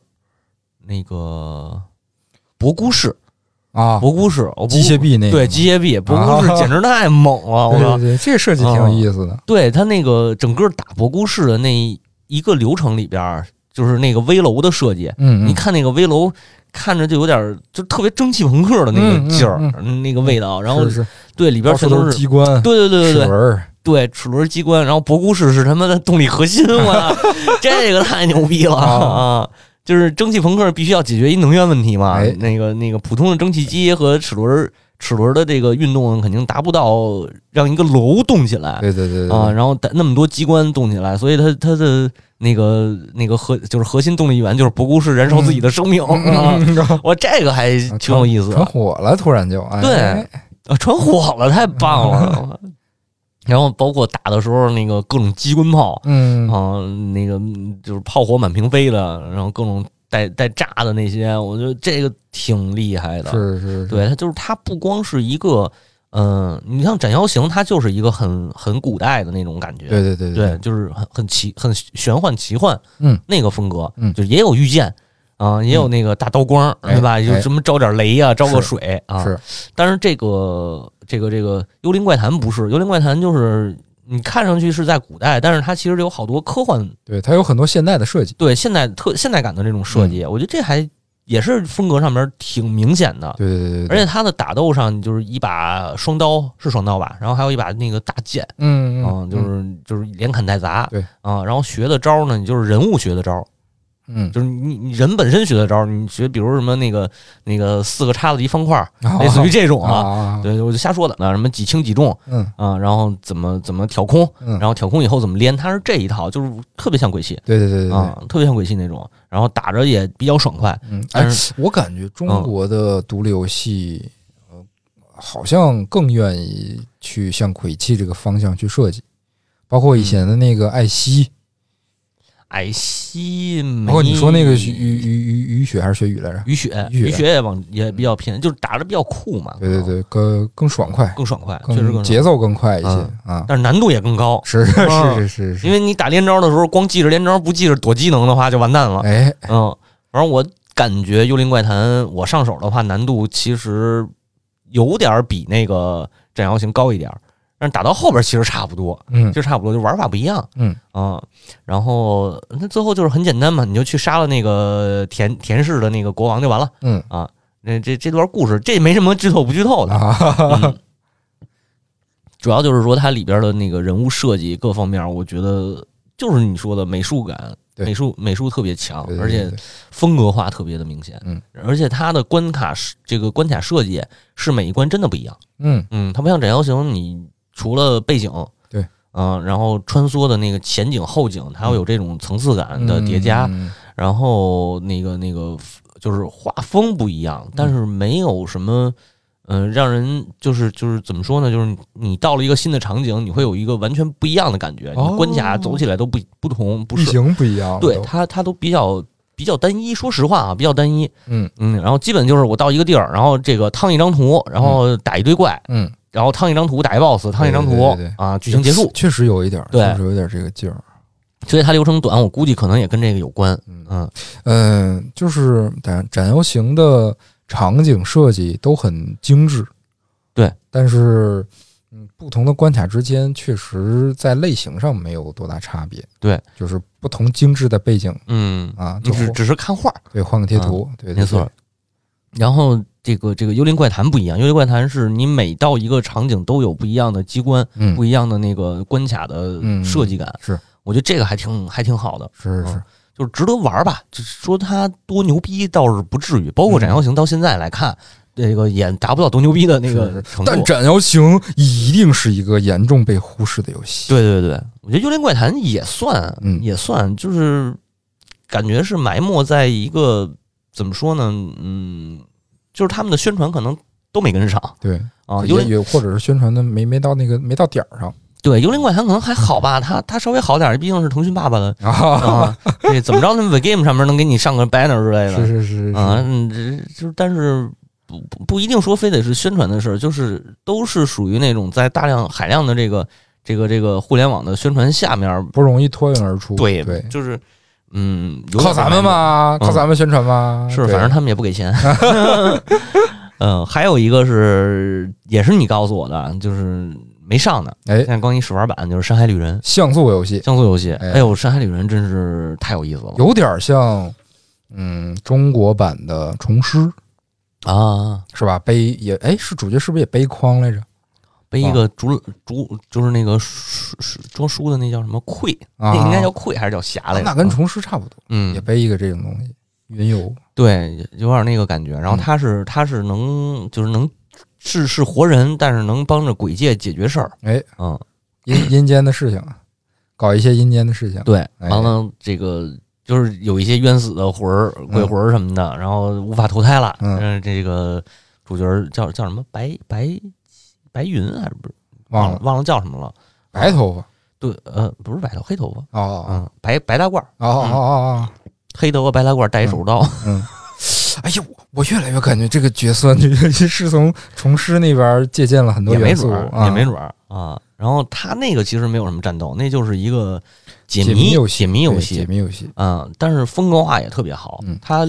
Speaker 3: 那个博姑氏，
Speaker 2: 啊，
Speaker 3: 博姑氏，哦
Speaker 2: 机械。
Speaker 3: 博姑
Speaker 2: 臂那个啊
Speaker 3: 对
Speaker 2: 嘛
Speaker 3: 机械臂，博姑氏简直太猛了！我
Speaker 2: 对
Speaker 3: 操
Speaker 2: 对，对，这个设计挺有意思的。
Speaker 3: 对他那个整个打博古式的那一个流程里边儿，就是那个危楼的设计，
Speaker 2: 嗯，嗯
Speaker 3: 你看那个危楼。看着就有点儿就特别蒸汽朋克的那
Speaker 2: 嗯嗯
Speaker 3: 个劲儿，
Speaker 2: 嗯
Speaker 3: 那个味道。然后
Speaker 2: 是是
Speaker 3: 对里边儿全
Speaker 2: 到处
Speaker 3: 都
Speaker 2: 都是机关、
Speaker 3: 对对对对
Speaker 2: 齿
Speaker 3: 对
Speaker 2: 轮，
Speaker 3: 对齿轮机关，然后博古式是他妈的动力核心，我操，这个太牛逼了
Speaker 2: 啊
Speaker 3: 啊！就是蒸汽朋克必须要解决一能源问题嘛，
Speaker 2: 哎
Speaker 3: 那个那个普通的蒸汽机和齿轮齿轮的这个运动肯定达不到让一个楼动起来，
Speaker 2: 对对对对
Speaker 3: 啊，然后带那么多机关动起来，所以它它的那个那个核就是核心动力源就是博古是燃烧自己的生命、啊，
Speaker 2: 嗯嗯
Speaker 3: 我这个还
Speaker 2: 嗯
Speaker 3: 挺有意思
Speaker 2: 传
Speaker 3: 的，
Speaker 2: 火了，突然就哎
Speaker 3: 对啊传火了，太棒了。然后包括打的时候那个各种机关炮
Speaker 2: 嗯
Speaker 3: 啊，那个就是炮火满屏飞的，然后各种带带炸的那些，我觉得这个挺厉害的。
Speaker 2: 是是，是
Speaker 3: 对，它就是它不光是一个，嗯、你像斩妖行，它就是一个很很古代的那种感觉。
Speaker 2: 对对对
Speaker 3: 对，就是很很奇很玄幻奇幻，
Speaker 2: 嗯，
Speaker 3: 那个风格，
Speaker 2: 嗯
Speaker 3: 就也有御剑啊、也有那个大刀光，
Speaker 2: 哎
Speaker 3: 对吧？
Speaker 2: 哎
Speaker 3: 有什么招点雷呀、招个
Speaker 2: 是
Speaker 3: 水啊。
Speaker 2: 是，
Speaker 3: 但是这个这个这个幽灵怪谈不是幽灵怪谈，就是你看上去是在古代，但是它其实有好多科幻
Speaker 2: 对，它有很多现代的设计，嗯
Speaker 3: 对现代特现代感的这种设计，我觉得这还也是风格上面挺明显的。
Speaker 2: 对对对对
Speaker 3: 而
Speaker 2: 对，
Speaker 3: 且他的打斗上就是一把双刀是双刀吧，然后还有一把那个大剑，
Speaker 2: 嗯
Speaker 3: 啊，
Speaker 2: 嗯，
Speaker 3: 就是就是连砍带砸，
Speaker 2: 对
Speaker 3: 啊，然后学的招呢，你就是人物学的招，
Speaker 2: 嗯，
Speaker 3: 就是你你人本身学的招，你学比如什么那个那个四个叉子一方块，
Speaker 2: 啊
Speaker 3: 类似于这种啊，
Speaker 2: 啊，
Speaker 3: 对，我就瞎说的，啊，什么几轻几重
Speaker 2: 嗯
Speaker 3: 啊，然后怎么怎么挑空，
Speaker 2: 嗯，
Speaker 3: 然后挑空以后怎么连，它是这一套，就是特别像鬼泣
Speaker 2: 对对对对对，
Speaker 3: 啊，特别像鬼泣那种，然后打着也比较爽快，
Speaker 2: 嗯，哎
Speaker 3: 但，是
Speaker 2: 我感觉中
Speaker 3: 嗯
Speaker 2: 国的独立游戏，呃，好像更愿意去向鬼泣这个方向去设计，包括以前的那个艾希，
Speaker 3: 矮哎西没
Speaker 2: 包括你说那个雨雨雨雨雨雪还是雪雨来着？
Speaker 3: 雨雪
Speaker 2: 雨雪
Speaker 3: 雨雪也往也比较偏，就是打着比较酷嘛，
Speaker 2: 对对
Speaker 3: 啊，
Speaker 2: 对，更更爽快，
Speaker 3: 更爽快，确实
Speaker 2: 更
Speaker 3: 更爽
Speaker 2: 节奏更快一些啊。
Speaker 3: 但是难度也更高，
Speaker 2: 是是
Speaker 3: 啊
Speaker 2: 是是是，
Speaker 3: 因为你打连招的时候，光记着连招不记着躲技能的话就完蛋了。
Speaker 2: 哎，
Speaker 3: 嗯，反正我感觉《幽灵怪谈》我上手的话，难度其实有点儿比那个《斩妖行》高一点儿，但是打到后边其实差不多，
Speaker 2: 嗯
Speaker 3: 其实差不多，就玩法不一样。
Speaker 2: 嗯
Speaker 3: 啊，然后那最后就是很简单嘛，你就去杀了那个田田氏的那个国王就完了。
Speaker 2: 嗯
Speaker 3: 啊，那这这段故事这没什么剧透不剧透的，
Speaker 2: 啊 哈哈，
Speaker 3: 嗯， 主要就是说它里边的那个人物设计各方面，我觉得就是你说的美术感，
Speaker 2: 对
Speaker 3: 美术美术特别强，
Speaker 2: 对对
Speaker 3: 而
Speaker 2: 对
Speaker 3: 且
Speaker 2: 对
Speaker 3: 风格化特别的明显。
Speaker 2: 嗯，
Speaker 3: 而且它的关卡是这个关卡设计是每一关真的不一样。
Speaker 2: 嗯
Speaker 3: 嗯，它不像《斩妖行》，你除了背景。
Speaker 2: 对，
Speaker 3: 嗯、然后穿梭的那个前景、后景，它要有这种层次感的叠加，
Speaker 2: 嗯
Speaker 3: 然后那个那个就是画风不一样，但是没有什么，嗯、让人就是就是怎么说呢？就是你你到了一个新的场景，你会有一个完全不一样的感觉，
Speaker 2: 哦
Speaker 3: 你关卡走起来都不不同，不
Speaker 2: 地
Speaker 3: 是？
Speaker 2: 形不一样了都，
Speaker 3: 对，它它都比较比较单一。说实话啊，比较单一。
Speaker 2: 嗯
Speaker 3: 嗯，然后基本就是我到一个地儿，然后这个趟一张图，然后打一堆怪，
Speaker 2: 嗯，
Speaker 3: 然后趟一张图打一 boss，趟一张图
Speaker 2: 对对对对
Speaker 3: 啊，剧情结束。
Speaker 2: 确实有一点儿，
Speaker 3: 对
Speaker 2: 确实有一点儿这个劲儿。
Speaker 3: 所以它流程短，我估计可能也跟这个有关。
Speaker 2: 嗯
Speaker 3: 嗯，
Speaker 2: 嗯，就是展展游行的场景设计都很精致，
Speaker 3: 对，
Speaker 2: 但是嗯，不同的关卡之间确实在类型上没有多大差别，
Speaker 3: 对，
Speaker 2: 就是不同精致的背景
Speaker 3: 嗯，
Speaker 2: 啊，
Speaker 3: 你
Speaker 2: 就
Speaker 3: 只
Speaker 2: 换
Speaker 3: 只是看画儿。
Speaker 2: 对换个贴图，对，对
Speaker 3: 啊没错，。然后这个这个幽灵怪谈不一样，幽灵怪谈是你每到一个场景都有不一样的机关，
Speaker 2: 对嗯
Speaker 3: 不，一样的那个关卡的
Speaker 2: 嗯
Speaker 3: 设计感。
Speaker 2: 是，
Speaker 3: 我觉得这个还挺还挺好的，
Speaker 2: 是是
Speaker 3: 嗯，就是值得玩儿吧。就是说它多牛逼倒是不至于，包括《
Speaker 2: 嗯
Speaker 3: 斩妖行》到现在来看，这个也达不到多牛逼的那
Speaker 2: 是
Speaker 3: 个
Speaker 2: 是
Speaker 3: 程度。
Speaker 2: 但展游行一定是一个严重被忽视的游戏，，
Speaker 3: 对对对，我觉得《幽灵怪谈》也算，
Speaker 2: 嗯
Speaker 3: 也算，就是感觉是埋没在一个怎么说呢，嗯，就是他们的宣传可能都没跟上
Speaker 2: 对
Speaker 3: 啊。幽
Speaker 2: 也
Speaker 3: 灵
Speaker 2: 也或者是宣传的没没到那个没到点儿上
Speaker 3: 对《幽灵怪谈》可能还好吧，它它稍微好点儿，毕竟是腾讯爸爸 的
Speaker 2: 啊，
Speaker 3: 啊。对，怎么着，那 v Game 上面能给你上个 banner 之类的
Speaker 2: 是是是
Speaker 3: 啊，
Speaker 2: 是，
Speaker 3: 嗯这就是但是。不不不一定说非得是宣传的事儿，就是都是属于那种在大量海量的这个这个这个互联网的宣传下面，
Speaker 2: 不容易脱颖而出，
Speaker 3: 对
Speaker 2: 对，
Speaker 3: 就是嗯，有
Speaker 2: 靠
Speaker 3: 点
Speaker 2: 咱们
Speaker 3: 难嗯
Speaker 2: 嘛，靠咱们宣传嘛，
Speaker 3: 度？是，
Speaker 2: 对
Speaker 3: 反正他们也不给钱。 嗯，还有一个是，也是你告诉我的，就是没上的。
Speaker 2: 哎
Speaker 3: 现在光一试玩版就是《山海旅人》
Speaker 2: 像素游戏
Speaker 3: 像素游戏。
Speaker 2: 哎
Speaker 3: 哎呦，《山海旅人》真是太有意思了
Speaker 2: 有点像，嗯，中国版的《虫师》
Speaker 3: 啊！
Speaker 2: 是吧？背也哎，是主角是不是也背筐来着？
Speaker 3: 背一个
Speaker 2: 啊
Speaker 3: 竹竹，就是那个书书装书的那叫什么愧，
Speaker 2: 啊，
Speaker 3: 那应该叫愧还是叫匣来着？
Speaker 2: 那跟《虫师》差不多，
Speaker 3: 嗯
Speaker 2: 也，背一个这种东西，云游。
Speaker 3: 对，有点那个感觉。然后
Speaker 2: 嗯
Speaker 3: 他是他是能就是能是是活人，但是能帮着鬼界解决事儿。
Speaker 2: 哎，
Speaker 3: 嗯，
Speaker 2: 阴阴间的事情啊，搞一些阴间的事情。
Speaker 3: 对，
Speaker 2: 哎
Speaker 3: 完了这个就是有一些冤死的魂儿、鬼魂儿什么的，然后无法投胎了。呃
Speaker 2: 嗯，
Speaker 3: 这个主角叫叫什么白白白云还是不是
Speaker 2: 忘
Speaker 3: 了
Speaker 2: 了
Speaker 3: 忘了叫什么了？
Speaker 2: 白头发
Speaker 3: 对，呃，不是白头黑头发，
Speaker 2: 哦
Speaker 3: 嗯，白白大褂儿，
Speaker 2: 哦哦哦
Speaker 3: 黑头发白大褂儿，戴一手术刀。
Speaker 2: 哦，嗯。哎呦，我越来越感觉这个角色 是从《虫师》那边借鉴了很 多
Speaker 3: 也没
Speaker 2: 元素
Speaker 3: 准儿，
Speaker 2: 啊，
Speaker 3: 也没准儿啊。然后他那个其实没有什么战斗，那就是一个解
Speaker 2: 解
Speaker 3: 谜
Speaker 2: 游戏，
Speaker 3: 解谜游
Speaker 2: 对
Speaker 3: 戏
Speaker 2: 解谜游戏。
Speaker 3: 嗯，但是风格化也特别好
Speaker 2: 嗯，
Speaker 3: 它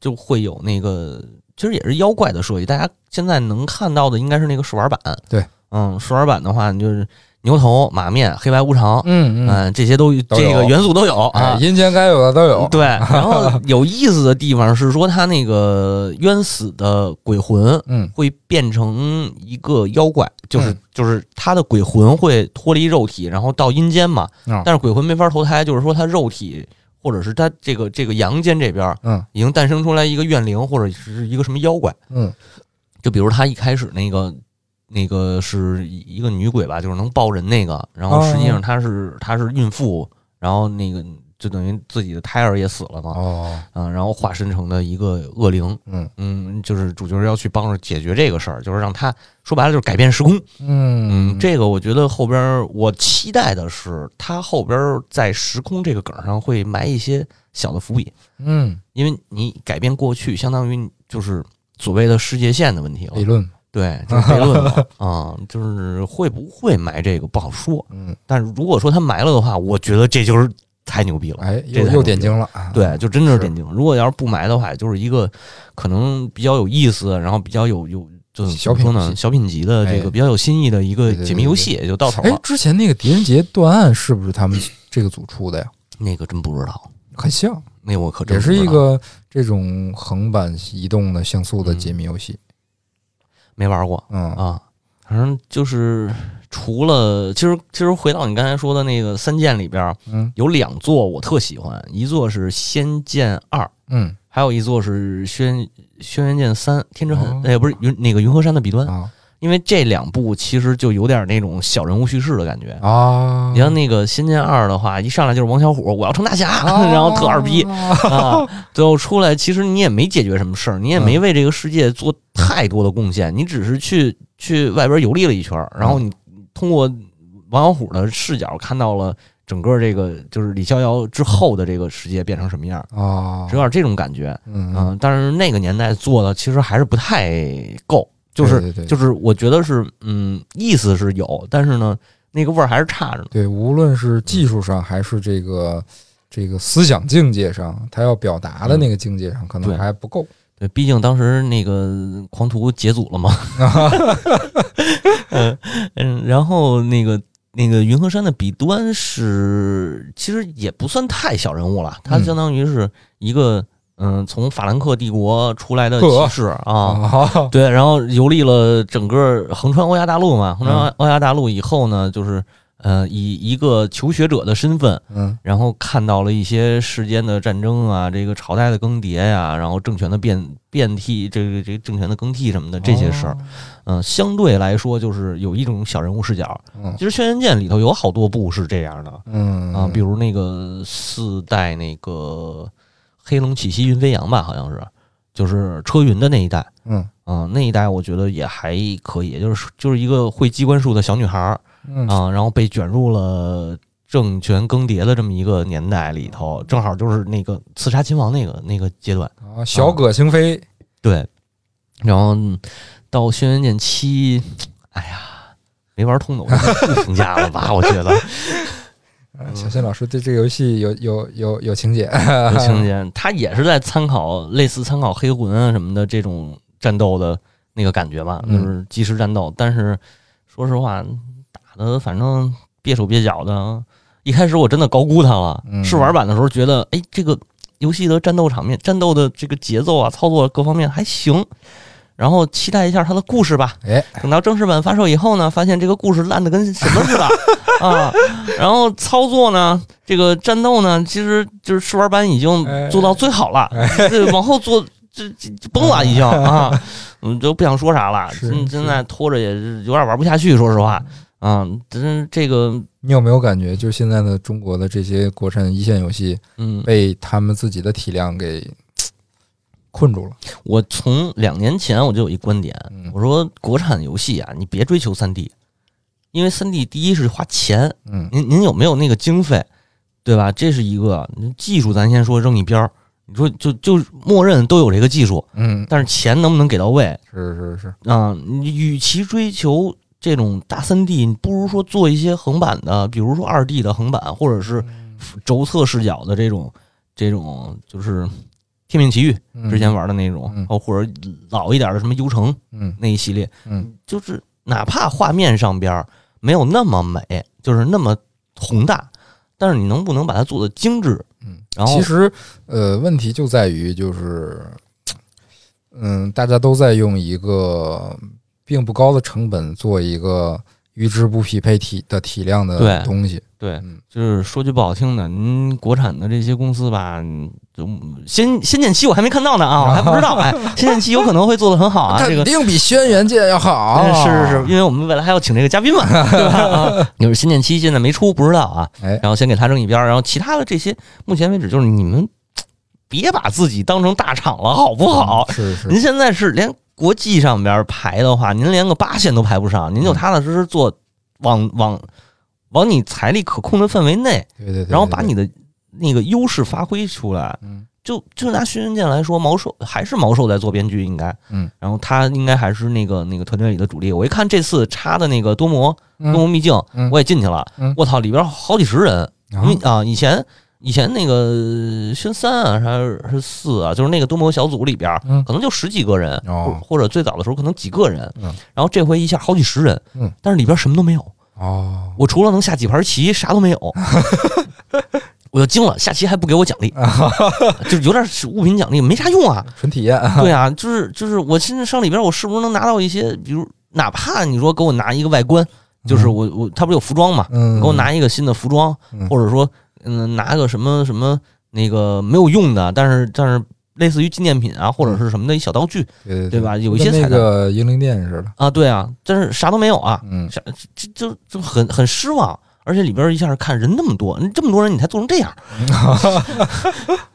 Speaker 3: 就会有那个，其实也是妖怪的设计。大家现在能看到的应该是那个试玩版，
Speaker 2: 对，
Speaker 3: 嗯，试玩版的话，你就是牛头、马面、黑白无常，
Speaker 2: 嗯嗯，
Speaker 3: 嗯，这些都
Speaker 2: 都有
Speaker 3: 这个元素都有
Speaker 2: 哎
Speaker 3: 啊，。
Speaker 2: 阴间该有的都有，
Speaker 3: 对，然后有意思的地方是说，他那个冤死的鬼魂
Speaker 2: 嗯
Speaker 3: 会变成一个妖怪，就是、
Speaker 2: 嗯
Speaker 3: 就是他的鬼魂会脱离肉体，然后到阴间嘛。
Speaker 2: 嗯
Speaker 3: 但是鬼魂没法投胎，就是说他肉体或者是他这个这个阳间这边
Speaker 2: 嗯
Speaker 3: 已经诞生出来一个怨灵或者是一个什么妖怪。
Speaker 2: 嗯
Speaker 3: 就比如他一开始那个那个是一个女鬼吧，就是能抱人那个，然后实
Speaker 2: 哦
Speaker 3: 际上她是她是孕妇，然后那个就等于自己的胎儿也死了嘛，
Speaker 2: 哦
Speaker 3: 嗯，然后化身成的一个恶灵，
Speaker 2: 嗯
Speaker 3: 嗯，就是主角要去帮着解决这个事儿，就是让他说白了就是改变时空，
Speaker 2: 嗯
Speaker 3: 嗯，这个我觉得后边儿我期待的是他后边儿在时空这个梗上会埋一些小的伏笔，
Speaker 2: 嗯
Speaker 3: 因为你改变过去，相当于你就是所谓的世界线的问题了
Speaker 2: 理。论，
Speaker 3: 对，这是悖论嘛 啊、就是会不会埋这个不好说。
Speaker 2: 嗯
Speaker 3: 但是如果说他埋了的话，我觉得这就是太牛逼了。
Speaker 2: 哎
Speaker 3: 这
Speaker 2: 又
Speaker 3: 个
Speaker 2: 又点睛了啊，
Speaker 3: 对，就真的
Speaker 2: 是
Speaker 3: 是点睛。如果要是不埋的话，就是一个可能比较有意思，然后比较有有就是
Speaker 2: 小
Speaker 3: 怎么说呢
Speaker 2: 品级
Speaker 3: 小品级的这
Speaker 2: 哎
Speaker 3: 个比较有新意的一个
Speaker 2: 对对对
Speaker 3: 解密游戏，也就到头
Speaker 2: 哎
Speaker 3: 了，。
Speaker 2: 之前那个狄仁杰断案是不是他们这个组出的呀？
Speaker 3: 那个真不知道，
Speaker 2: 很像，
Speaker 3: 那我可真
Speaker 2: 也
Speaker 3: 不
Speaker 2: 是一
Speaker 3: 知道
Speaker 2: 个这种横版移动的像素的解密游戏。
Speaker 3: 没玩过
Speaker 2: 嗯
Speaker 3: 啊。反正就是除了，其实其实回到你刚才说的那个三剑里边儿，
Speaker 2: 嗯
Speaker 3: 有两座我特喜欢，一座是《仙剑二》。
Speaker 2: 嗯
Speaker 3: 还有一座是轩《轩辕剑三》天之痕
Speaker 2: 哦，
Speaker 3: 哎、不是云那个云和山的彼端，
Speaker 2: 啊
Speaker 3: 因为这两部其实就有点那种小人物叙事的感觉。
Speaker 2: 啊！
Speaker 3: 你像那个《仙剑二》的话，一上来就是王小虎，我要成大侠，
Speaker 2: 哦
Speaker 3: 然后特二 逼
Speaker 2: 啊
Speaker 3: 啊，最后出来其实你也没解决什么事儿，你也没为这个世界做太多的贡献，你只是去去外边游历了一圈儿，然后你通过王小虎的视角看到了整个这个就是李逍遥之后的这个世界变成什么样儿，
Speaker 2: 啊
Speaker 3: 有点这种感觉。
Speaker 2: 嗯
Speaker 3: 嗯，但是那个年代做的其实还是不太够，就是
Speaker 2: 对对对
Speaker 3: 就是我觉得是嗯，意思是有，但是呢，那个味儿还是差着呢。
Speaker 2: 对，无论是技术上还是这个这个思想境界上，他要表达的那个境界上，可
Speaker 3: 嗯
Speaker 2: 能
Speaker 3: 对
Speaker 2: 还不够。
Speaker 3: 对，毕竟当时那个狂徒解组了嘛。嗯 嗯，然后那个那个云和山的彼端是其实也不算太小人物了，他
Speaker 2: 嗯
Speaker 3: 相当于是一个嗯、从法兰克帝国出来的
Speaker 2: 呵
Speaker 3: 骑士啊。
Speaker 2: 啊，
Speaker 3: 对，然后游历了整个横穿欧亚大陆嘛，横
Speaker 2: 嗯
Speaker 3: 穿欧亚大陆以后呢，就是呃，以一个求学者的身份，
Speaker 2: 嗯
Speaker 3: 然后看到了一些世间的战争啊，这个朝代的更迭呀、然后政权的变变替，这个这个政权的更替什么的这些事
Speaker 2: 哦
Speaker 3: 儿，嗯、相对来说就是有一种小人物视角。
Speaker 2: 嗯
Speaker 3: 其实《轩辕剑》里头有好多部是这样的
Speaker 2: 嗯
Speaker 3: 啊，比如那个四代那个黑龙起息云飞扬吧，好像是，就是车云的那一代。
Speaker 2: 嗯
Speaker 3: 嗯，那一代我觉得也还可以，也就是就是一个会机关术的小女孩儿
Speaker 2: 嗯
Speaker 3: 啊、然后被卷入了政权更迭的这么一个年代里头，正好就是那个刺杀亲王那个那个阶段，
Speaker 2: 啊，小葛星飞
Speaker 3: 对。然后到《轩辕剑七》，哎呀，没玩通的我就不评价了吧，我觉得
Speaker 2: 啊小新老师对这个游戏有有有有情节，
Speaker 3: 有情节， 它也是在参考类似参考黑魂啊什么的这种战斗的那个感觉吧，就
Speaker 2: 嗯
Speaker 3: 是即时战斗。但是说实话，打的反正蹩手蹩脚的。一开始我真的高估它了，
Speaker 2: 嗯
Speaker 3: 试玩版的时候觉得，哎，这个游戏的战斗场面、战斗的这个节奏啊、操作各方面还行。然后期待一下它的故事吧。
Speaker 2: 哎，
Speaker 3: 等到正式版发售以后呢，发现这个故事烂的跟什么似的啊！然后操作呢，这个战斗呢，其实就是试玩版已
Speaker 2: 哎
Speaker 3: 经做到最好了，对，往后做这这这崩了已经啊，嗯，就不想说啥了。嗯
Speaker 2: 是
Speaker 3: 现现
Speaker 2: 是
Speaker 3: 在拖着也是有点玩不下去，说实话啊，真是这个
Speaker 2: 你有没有感觉，就是现在的中国的这些国产一线游戏
Speaker 3: 嗯，
Speaker 2: 被他们自己的体量给嘖困住了？
Speaker 3: 我从两年前我就有一观点
Speaker 2: 嗯，
Speaker 3: 我说国产游戏啊，你别追求三 D，因为三 D 第一是花钱，
Speaker 2: 嗯
Speaker 3: 您您有没有那个经费，对吧？这是一个您技术，咱先说扔一边儿。你说就就默认都有这个技术，
Speaker 2: 嗯，
Speaker 3: 但是钱能不能给到位
Speaker 2: 是是是，
Speaker 3: 啊、你与其追求这种大三 D，你不如说做一些横版的，比如说二 D 的横版，或者是
Speaker 2: 嗯
Speaker 3: 轴测视角的这种这种，就是《天命奇遇》
Speaker 2: 嗯
Speaker 3: 之前玩的那种，
Speaker 2: 嗯
Speaker 3: 哦，或者老一点的什么《幽城》
Speaker 2: 嗯
Speaker 3: 那一系列，
Speaker 2: 嗯
Speaker 3: 就是哪怕画面上边儿没有那么美，就是那么宏大，但是你能不能把它做的精致？
Speaker 2: 嗯，
Speaker 3: 然后
Speaker 2: 其实呃，问题就在于就是，嗯，大家都在用一个并不高的成本做一个与之不匹配体的体量的
Speaker 3: 对
Speaker 2: 东西。
Speaker 3: 对
Speaker 2: 嗯，
Speaker 3: 就是说句不好听的，您国产的这些公司吧，嗯就先先见期我还没看到呢啊，我还不知道， 哎，先见期有可能会做的很好啊，这
Speaker 2: 肯
Speaker 3: 个。
Speaker 2: 定哦比轩辕剑要好，啊
Speaker 3: 嗯是是是，，因为我们未来还要请这个嘉 宾嘛，对吧？ 啊就是新建期现在没出，不知道啊。
Speaker 2: 哎
Speaker 3: 然后先给他扔一边儿，然后其他的这些，目前为止就是你们别把自己当成大厂了，好不好？
Speaker 2: 是是，
Speaker 3: 您现在是连国际上边排的话，您连个八线都排不上，
Speaker 2: 嗯
Speaker 3: 您就踏踏实实做，往往往你财力可控的范围内，
Speaker 2: 对对对，
Speaker 3: 然后把
Speaker 2: 对
Speaker 3: 你的那个优势发挥出来。
Speaker 2: 嗯
Speaker 3: 就就拿《轩辕剑》来说，毛寿还是毛寿在做编剧，应该，
Speaker 2: 嗯，
Speaker 3: 然后他应该还是那个那个团队里的主力。我一看这次插的那个多摩多
Speaker 2: 嗯
Speaker 3: 摩秘境
Speaker 2: 嗯，
Speaker 3: 我也进去了
Speaker 2: 嗯，
Speaker 3: 我操，里边好几十人，
Speaker 2: 然
Speaker 3: 因
Speaker 2: 后
Speaker 3: 为啊，以前以前那个宣三啊，还是还是四啊，就是那个多摩小组里边儿，
Speaker 2: 嗯
Speaker 3: 可能就十几个人，
Speaker 2: 哦
Speaker 3: 或或者最早的时候可能几个人，
Speaker 2: 嗯
Speaker 3: 然后这回一下好几十人，
Speaker 2: 嗯
Speaker 3: 但是里边什么都没有，
Speaker 2: 哦
Speaker 3: 我除了能下几盘棋，啥都没有， 我就惊了，下棋还不给我奖励，就是有点是物品奖励，没啥用啊，
Speaker 2: 纯体验，
Speaker 3: 对啊，就是就是我现在上里边，我是不是能拿到一些，比如哪怕你说给我拿一个外观，就是我我他不是有服装嘛，
Speaker 2: 嗯，
Speaker 3: 给我拿一个新的服装，
Speaker 2: 嗯
Speaker 3: 或者说，嗯，拿个什么什么那个没有用的，但是但是类似于纪念品啊，或者是什么的一小道具
Speaker 2: 对嗯对
Speaker 3: 对吧有一
Speaker 2: 跟
Speaker 3: 些
Speaker 2: 那
Speaker 3: 彩蛋
Speaker 2: 个英灵殿似的，
Speaker 3: 啊，对啊，但是啥都没有啊，
Speaker 2: 嗯
Speaker 3: 啥这就就很很失望，而且里边一下看人那么多，你这么多人你才做成这样，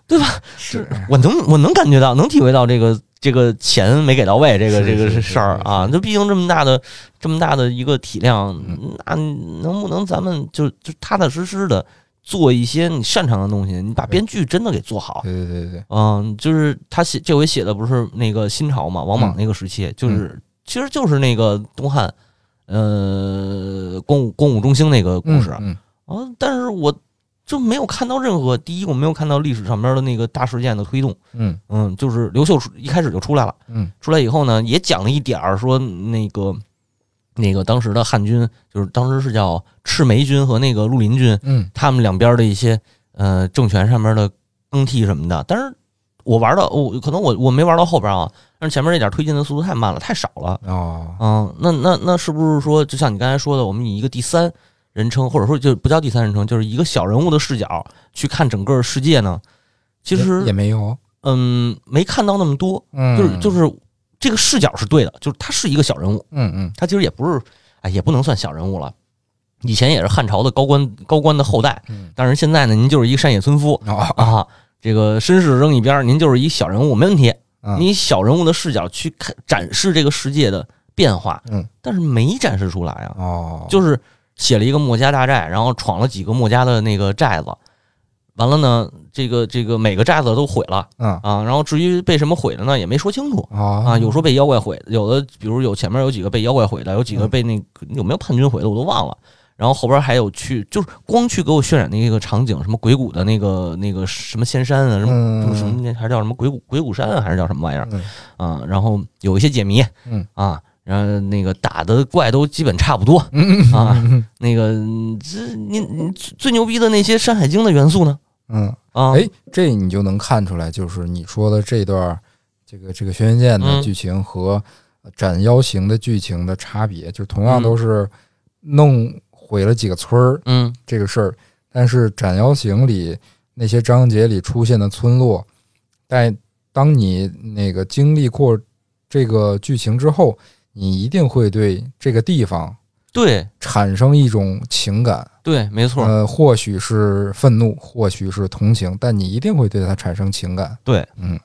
Speaker 3: 对吧？
Speaker 2: 是
Speaker 3: 我能我能感觉到，能体会到这个这个钱没给到位这个
Speaker 2: 是
Speaker 3: 这
Speaker 2: 是
Speaker 3: 个
Speaker 2: 是
Speaker 3: 事儿
Speaker 2: 是是
Speaker 3: 啊。这毕竟这么大的这么大的一个体量
Speaker 2: 嗯，
Speaker 3: 那能不能咱们就就踏踏实实的做一些你擅长的东西？你把编剧真的给做好。
Speaker 2: 对对对对，
Speaker 3: 嗯，就是他写这回写的不是那个新潮嘛，
Speaker 2: 嗯
Speaker 3: 王莽那个时期，就是其实就是那个东汉，呃，光武光武中兴那个故
Speaker 2: 嗯
Speaker 3: 事。
Speaker 2: 嗯
Speaker 3: 啊，但是我就没有看到任何第一，我没有看到历史上面的那个大事件的推动。
Speaker 2: 嗯
Speaker 3: 嗯，就是刘秀出一开始就出来了，
Speaker 2: 嗯，
Speaker 3: 出来以后呢，也讲了一点儿说那个那个当时的汉军，就是当时是叫赤眉军和那个绿林军，
Speaker 2: 嗯
Speaker 3: 他们两边的一些呃政权上面的更替什么的。但是我玩到我可能我我没玩到后边啊，但是前面那点儿推进的速度太慢了，太少了。
Speaker 2: 哦
Speaker 3: 嗯，那那那是不是说，就像你刚才说的，我们以一个第三人称，或者说就不叫第三人称，就是一个小人物的视角去看整个世界呢？其
Speaker 2: 也也
Speaker 3: 实，
Speaker 2: 没有，
Speaker 3: 嗯，没看到那么多，
Speaker 2: 嗯
Speaker 3: 就是就是这个视角是对的，就是他是一个小人物，
Speaker 2: 嗯嗯
Speaker 3: 他其实也不是，哎，也不能算小人物了。以前也是汉朝的高官高官的后代，
Speaker 2: 嗯
Speaker 3: 但是现在呢，您就是一个山野村夫
Speaker 2: 哦
Speaker 3: 啊，这个身世扔一边儿，您就是一小人物，没问题。
Speaker 2: 嗯
Speaker 3: 你以小人物的视角去看展示这个世界的变化，
Speaker 2: 嗯，
Speaker 3: 但是没展示出来啊，
Speaker 2: 哦，
Speaker 3: 就是写了一个墨家大寨，然后闯了几个墨家的那个寨子，完了呢，这个这个每个寨子都毁了
Speaker 2: 嗯
Speaker 3: 啊，然后至于被什么毁的呢，也没说清楚
Speaker 2: 啊
Speaker 3: 啊，有说被妖怪毁的，有的比如有前面有几个被妖怪毁的，有几个
Speaker 2: 嗯
Speaker 3: 被那个有没有叛军毁的我都忘了。然后后边还有去，就是光去给我渲染那个场景，什么鬼谷的那个那个什么仙山啊，什么
Speaker 2: 嗯
Speaker 3: 什么什么那还是叫什么鬼谷鬼谷山啊还是叫什么玩意儿？
Speaker 2: 嗯
Speaker 3: 啊，然后有一些解谜，
Speaker 2: 嗯
Speaker 3: 啊，然后那个打的怪都基本差不多，
Speaker 2: 嗯
Speaker 3: 啊，那个嗯这你你最最牛逼的那些《山海经》的元素呢？
Speaker 2: 嗯，
Speaker 3: 啊，
Speaker 2: 哎，这你就能看出来，就是你说的这段儿这个这个《轩辕剑》的
Speaker 3: 嗯
Speaker 2: 剧情和《斩妖行》的剧情的差别，就同样
Speaker 3: 嗯
Speaker 2: 都是弄毁了几个村儿
Speaker 3: 嗯
Speaker 2: 这个事儿，但是《斩妖行》里那些章节里出现的村落，但当你那个经历过这个剧情之后，你一定会对这个地方
Speaker 3: 对
Speaker 2: 产生一种情感。
Speaker 3: 对，没错，
Speaker 2: 呃，或许是愤怒，或许是同情，但你一定会对他产生情感。
Speaker 3: 对，
Speaker 2: 嗯，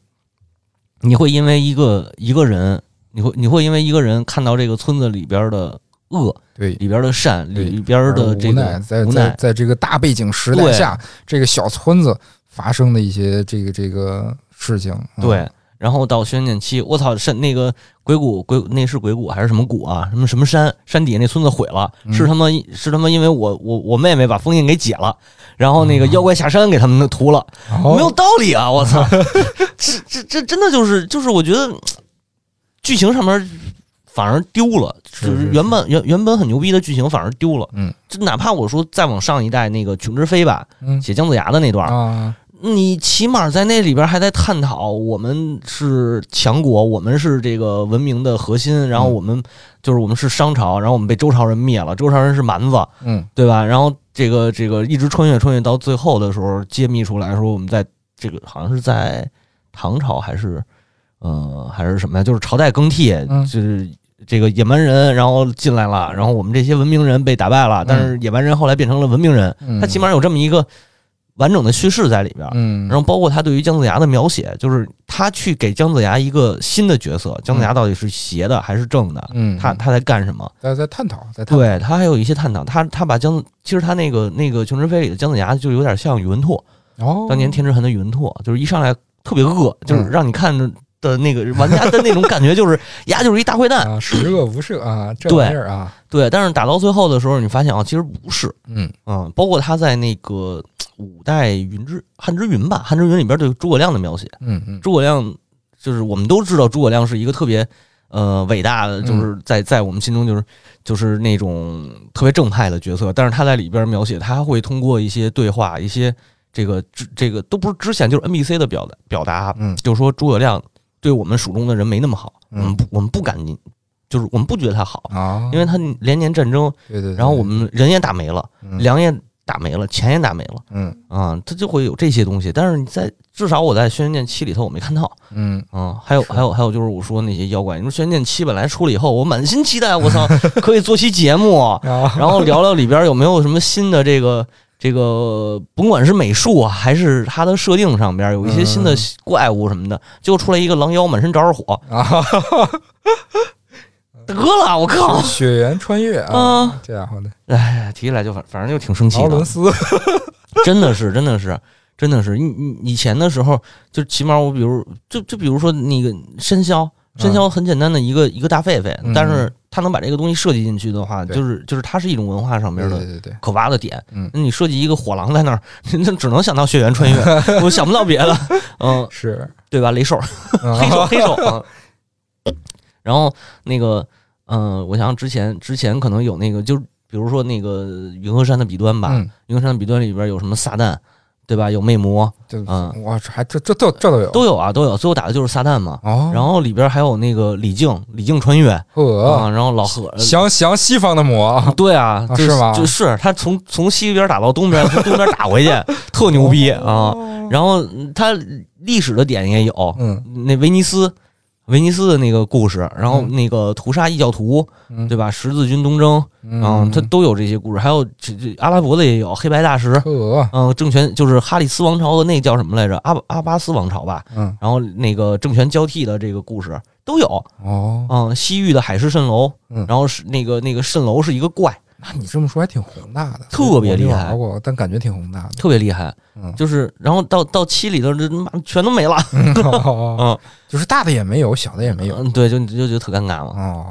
Speaker 3: 你会因为一个一个人，你会你会因为一个人看到这个村子里边的恶，
Speaker 2: 对，
Speaker 3: 里边的善，
Speaker 2: 对
Speaker 3: 里边的这
Speaker 2: 无
Speaker 3: 个
Speaker 2: 奈在
Speaker 3: 无
Speaker 2: 在
Speaker 3: 奈，
Speaker 2: 在这个大背景时代
Speaker 3: 对
Speaker 2: 下，这个小村子发生的一些这个这个事情。嗯、
Speaker 3: 对。然后到轩辕剑七，我操，是那个鬼谷鬼那是鬼谷还是什么谷啊？什么什么山山底下那村子毁了，
Speaker 2: 嗯
Speaker 3: 是他妈是他妈因为我我我妹妹把封印给解了，然后那
Speaker 2: 嗯
Speaker 3: 个妖怪下山给他们屠了，没
Speaker 2: 哦，
Speaker 3: 有道理啊！我 操，这这这真的就是就是，我觉得剧情上面反而丢了，就是
Speaker 2: 是
Speaker 3: 是
Speaker 2: 是
Speaker 3: 原本原原本很牛逼的剧情反而丢了。
Speaker 2: 嗯，
Speaker 3: 就哪怕我说再往上一代那个《琼之飞》吧，
Speaker 2: 嗯
Speaker 3: 写姜子牙的那段儿，
Speaker 2: 啊，
Speaker 3: 你起码在那里边还在探讨我们是强国，我们是这个文明的核心，然后
Speaker 2: 嗯
Speaker 3: 我们就是我们是商朝，然后我们被周朝人灭了，周朝人是蛮子，
Speaker 2: 嗯
Speaker 3: 对吧？然后这个这个一直穿越穿越到最后的时候，揭秘出来说我们在这个好像是在唐朝还是呃还是什么呀？就是朝代更替，
Speaker 2: 嗯
Speaker 3: 就是这个野蛮人然后进来了，然后我们这些文明人被打败了，但是野蛮人后来变成了文明人，
Speaker 2: 嗯，
Speaker 3: 他起码有这么一个完整的叙事在里边。
Speaker 2: 嗯，
Speaker 3: 然后包括他对于姜子牙的描写，就是他去给姜子牙一个新的角色，姜子牙到底是邪的还是正的？
Speaker 2: 嗯，
Speaker 3: 他他在干什么？
Speaker 2: 在在探讨，在探讨，
Speaker 3: 对他还有一些探讨，他他把姜，其实他那个那个《琼之飞》里的姜子牙就有点像宇文拓，
Speaker 2: 哦，
Speaker 3: 当年天之痕的宇文拓，就是一上来特别恶，就是
Speaker 2: 嗯
Speaker 3: 让你看着的那个玩家的那种感觉， 就是呀就是一大坏蛋。
Speaker 2: 啊，十恶不赦啊，这
Speaker 3: 对
Speaker 2: 玩意儿啊，
Speaker 3: 对，但是打到最后的时候，你发现啊，其实不是，
Speaker 2: 嗯
Speaker 3: 嗯，包括他在那个呃五代云之汉之云吧，汉之云里边对诸葛亮的描写，
Speaker 2: 嗯嗯，
Speaker 3: 诸葛亮就是我们都知道，诸葛亮是一个特别呃伟大的，就是
Speaker 2: 嗯
Speaker 3: 在在我们心中就是就是那种特别正派的角色。但是他在里边描写，他会通过一些对话，一些这个这这个都不是之前就是 NBC 的表达表达，啊
Speaker 2: 嗯
Speaker 3: 就是说诸葛亮对我们蜀中的人没那么好，
Speaker 2: 嗯
Speaker 3: 我们不我们不敢进，就是我们不觉得他好，
Speaker 2: 啊，
Speaker 3: 因为他连年战争，
Speaker 2: 对对，对
Speaker 3: 然后我们人也打没了，
Speaker 2: 嗯
Speaker 3: 粮也打没了，钱也打没了
Speaker 2: 嗯
Speaker 3: 啊，他就会有这些东西。但是你在至少我在《轩辕剑七》里头我没看到。
Speaker 2: 嗯
Speaker 3: 嗯，还有还有还有就是我说那些妖怪，你说《轩辕剑七》本来出了以后，我满心期待，我操，可以做期节目，
Speaker 2: 啊，
Speaker 3: 然后聊聊里边有没有什么新的这个这个，甭管是美术啊，还是它的设定上边有一些新的
Speaker 2: 嗯
Speaker 3: 怪物什么的，结果出来一个狼妖满身着着火，
Speaker 2: 啊，
Speaker 3: 得了，我靠！
Speaker 2: 血缘穿越啊
Speaker 3: 啊，
Speaker 2: 这家伙的
Speaker 3: 哎，提起来就反反正就挺生气
Speaker 2: 劳
Speaker 3: 的
Speaker 2: 伦，斯，
Speaker 3: 真的是真的是。真的是，你你以前的时候，就起码我比如就就比如说那个生肖，生肖很简单的一个一个大狒狒
Speaker 2: 嗯，
Speaker 3: 但是它能把这个东西设计进去的话，
Speaker 2: 对
Speaker 3: 就是就是它是一种文化上
Speaker 2: 对
Speaker 3: 面
Speaker 2: 对
Speaker 3: 的
Speaker 2: 对对，
Speaker 3: 可挖的点。
Speaker 2: 嗯
Speaker 3: 那你设计一个火狼在那儿， 那只能想到血缘穿越， 我想不到别 的，嗯，
Speaker 2: 是
Speaker 3: 对吧？雷兽，黑手，黑手。嗯然后那个，嗯，我想之前之前可能有那个，就比如说那个云和山的彼端吧，
Speaker 2: 嗯，
Speaker 3: 云和山的彼端里边有什么撒旦，对吧？有魅魔，
Speaker 2: 就
Speaker 3: 嗯
Speaker 2: 哇，这还这这都这都有
Speaker 3: 都有啊，都有。最后打的就是撒旦嘛。
Speaker 2: 哦，
Speaker 3: 然后里边还有那个李靖，李靖穿越，
Speaker 2: 呵，
Speaker 3: 啊，然后老何，
Speaker 2: 降降西方的魔啊，
Speaker 3: 对啊，就是
Speaker 2: 吗
Speaker 3: 就是他从从西边打到东边，从东边打 回去，特 牛逼
Speaker 2: 哦
Speaker 3: 啊！然后嗯他历史的点也有，
Speaker 2: 嗯
Speaker 3: 那威尼斯，威尼斯的那个故事，然后
Speaker 2: 嗯
Speaker 3: 那个屠杀异教徒，
Speaker 2: 嗯
Speaker 3: 对吧？十字军东征，嗯，他都有这些故事，还有这这阿拉伯的也有，黑白大石，
Speaker 2: 呵，
Speaker 3: 嗯，政权就是哈里斯王朝和那个叫什么来着？阿巴阿巴斯王朝吧，
Speaker 2: 嗯
Speaker 3: 然后那个政权交替的这个故事都有，
Speaker 2: 哦，
Speaker 3: 嗯，西域的海市蜃楼
Speaker 2: 嗯，
Speaker 3: 然后是那个那个蜃楼是一个怪。
Speaker 2: 那你这么说还挺宏大的，
Speaker 3: 特别厉害
Speaker 2: 我没玩过，但感觉挺宏大的，
Speaker 3: 特别厉害，
Speaker 2: 嗯
Speaker 3: 就是然后到到七里头，这妈全都没了，
Speaker 2: 哦，
Speaker 3: 嗯
Speaker 2: 就是大的也没有，小的也没有，
Speaker 3: 嗯，对，就就就特尴尬嘛，
Speaker 2: 哦，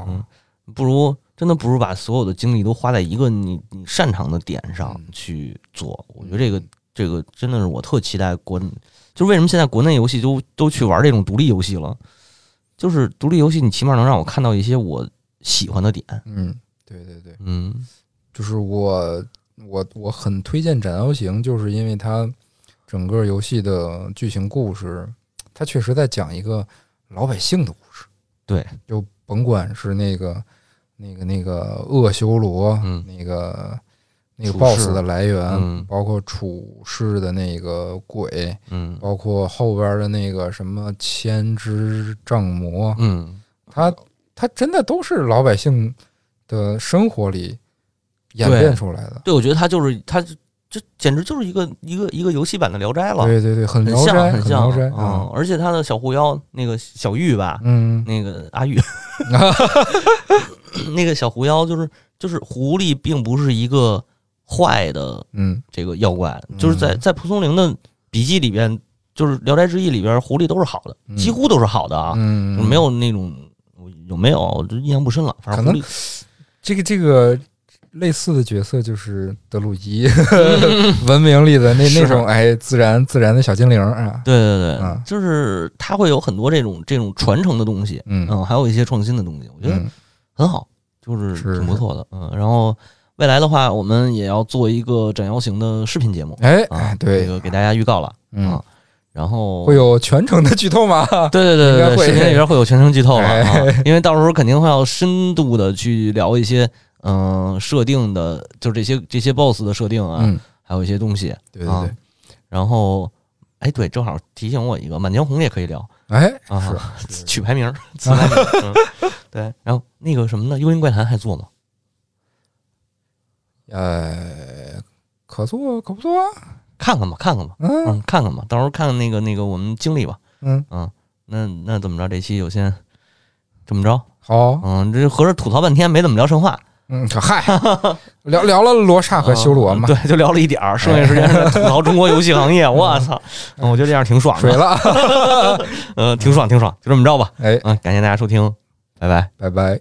Speaker 3: 不如真的不如把所有的精力都花在一个你你擅长的点上
Speaker 2: 嗯
Speaker 3: 去做，我觉得这个这个真的是我特期待国，就是为什么现在国内游戏都都去玩这种独立游戏了，就是独立游戏你起码能让我看到一些我喜欢的点，
Speaker 2: 嗯，对对对，
Speaker 3: 嗯
Speaker 2: 就是我我我很推荐《斩妖行》，就是因为它整个游戏的剧情故事，它确实在讲一个老百姓的故事。
Speaker 3: 对，
Speaker 2: 就甭管是那个那个那个恶修罗，
Speaker 3: 嗯
Speaker 2: 那个那个
Speaker 3: 处
Speaker 2: BOSS
Speaker 3: 士
Speaker 2: 的来源，
Speaker 3: 嗯
Speaker 2: 包括处世的那个鬼，
Speaker 3: 嗯
Speaker 2: 包括后边的那个什么千只障魔，
Speaker 3: 嗯，
Speaker 2: 它它真的都是老百姓的生活里演变出来的。
Speaker 3: 对，我觉得他就是他这简直就是一个一个一个游戏版的《聊斋》了，
Speaker 2: 对对对，很
Speaker 3: 很
Speaker 2: 聊
Speaker 3: 像
Speaker 2: 斋，
Speaker 3: 很
Speaker 2: 很
Speaker 3: 像
Speaker 2: 聊斋
Speaker 3: 嗯
Speaker 2: 啊，，
Speaker 3: 而且他的小狐妖那个小玉吧，
Speaker 2: 嗯
Speaker 3: 那个阿 玉，那个小狐妖就是就是狐狸，并不是一个坏的
Speaker 2: 嗯
Speaker 3: 这个妖怪，就是在
Speaker 2: 嗯
Speaker 3: 在蒲松龄的笔记里边，就是《聊斋志异》里边，狐狸都是好的，
Speaker 2: 嗯
Speaker 3: 几乎都是好的啊，
Speaker 2: 嗯，
Speaker 3: 就没有那种我有没有我就印象不深了，反正
Speaker 2: 可
Speaker 3: 狐
Speaker 2: 能
Speaker 3: 狸
Speaker 2: 这个这个类似的角色就是德鲁伊， 文明里的那
Speaker 3: 是
Speaker 2: 那种哎自然自然的小精灵啊，
Speaker 3: 对对
Speaker 2: 嗯
Speaker 3: 对，就是它会有很多这种这种传承的东西，啊
Speaker 2: 嗯
Speaker 3: 嗯，还有一些创新的东西，我觉得
Speaker 2: 嗯
Speaker 3: 很好，就是
Speaker 2: 是
Speaker 3: 挺不错的。嗯，然后未来的话，我们也要做一个斩妖型的视频节目，
Speaker 2: 哎
Speaker 3: 啊，这
Speaker 2: 对，
Speaker 3: 个给大家预告了。
Speaker 2: 嗯
Speaker 3: 啊，然后
Speaker 2: 会有全程的剧透吗？
Speaker 3: 对对对
Speaker 2: 应
Speaker 3: 对
Speaker 2: 该
Speaker 3: 对，
Speaker 2: 会
Speaker 3: 视频里边会有全程剧透了、
Speaker 2: 哎
Speaker 3: 啊，因为到时候肯定会要深度的去聊一些嗯、设定的，就是这些这些 BOSS 的设定啊，
Speaker 2: 嗯，
Speaker 3: 还有一些东西。
Speaker 2: 对对
Speaker 3: 啊
Speaker 2: 对，
Speaker 3: 然后，哎，对，正好提醒我一个，《满江红》也可以聊
Speaker 2: 哎，
Speaker 3: 啊， 取排名儿，取排名儿。 嗯对，然后那个什么呢，《幽灵怪谈》还做吗？
Speaker 2: 呃，可做可不做啊，
Speaker 3: 看看吧，看看吧，
Speaker 2: 嗯
Speaker 3: 嗯，看看吧，到时候看看那个那个我们经历吧。
Speaker 2: 嗯，
Speaker 3: 那那怎么着？这期就先这么着，
Speaker 2: 好，
Speaker 3: 嗯，这合着吐槽半天没怎么聊神话，嗯
Speaker 2: 嗯，可嗨，聊聊了罗刹和修罗嘛，
Speaker 3: 对，就聊了一点儿，剩下时间是在吐槽中国游戏 行业。我操，嗯我觉得这样挺爽
Speaker 2: 水
Speaker 3: 的，
Speaker 2: 了，
Speaker 3: 嗯，挺爽，挺爽，就这么着吧。
Speaker 2: 哎，
Speaker 3: 嗯，感谢大家收听，拜拜。
Speaker 2: 拜拜。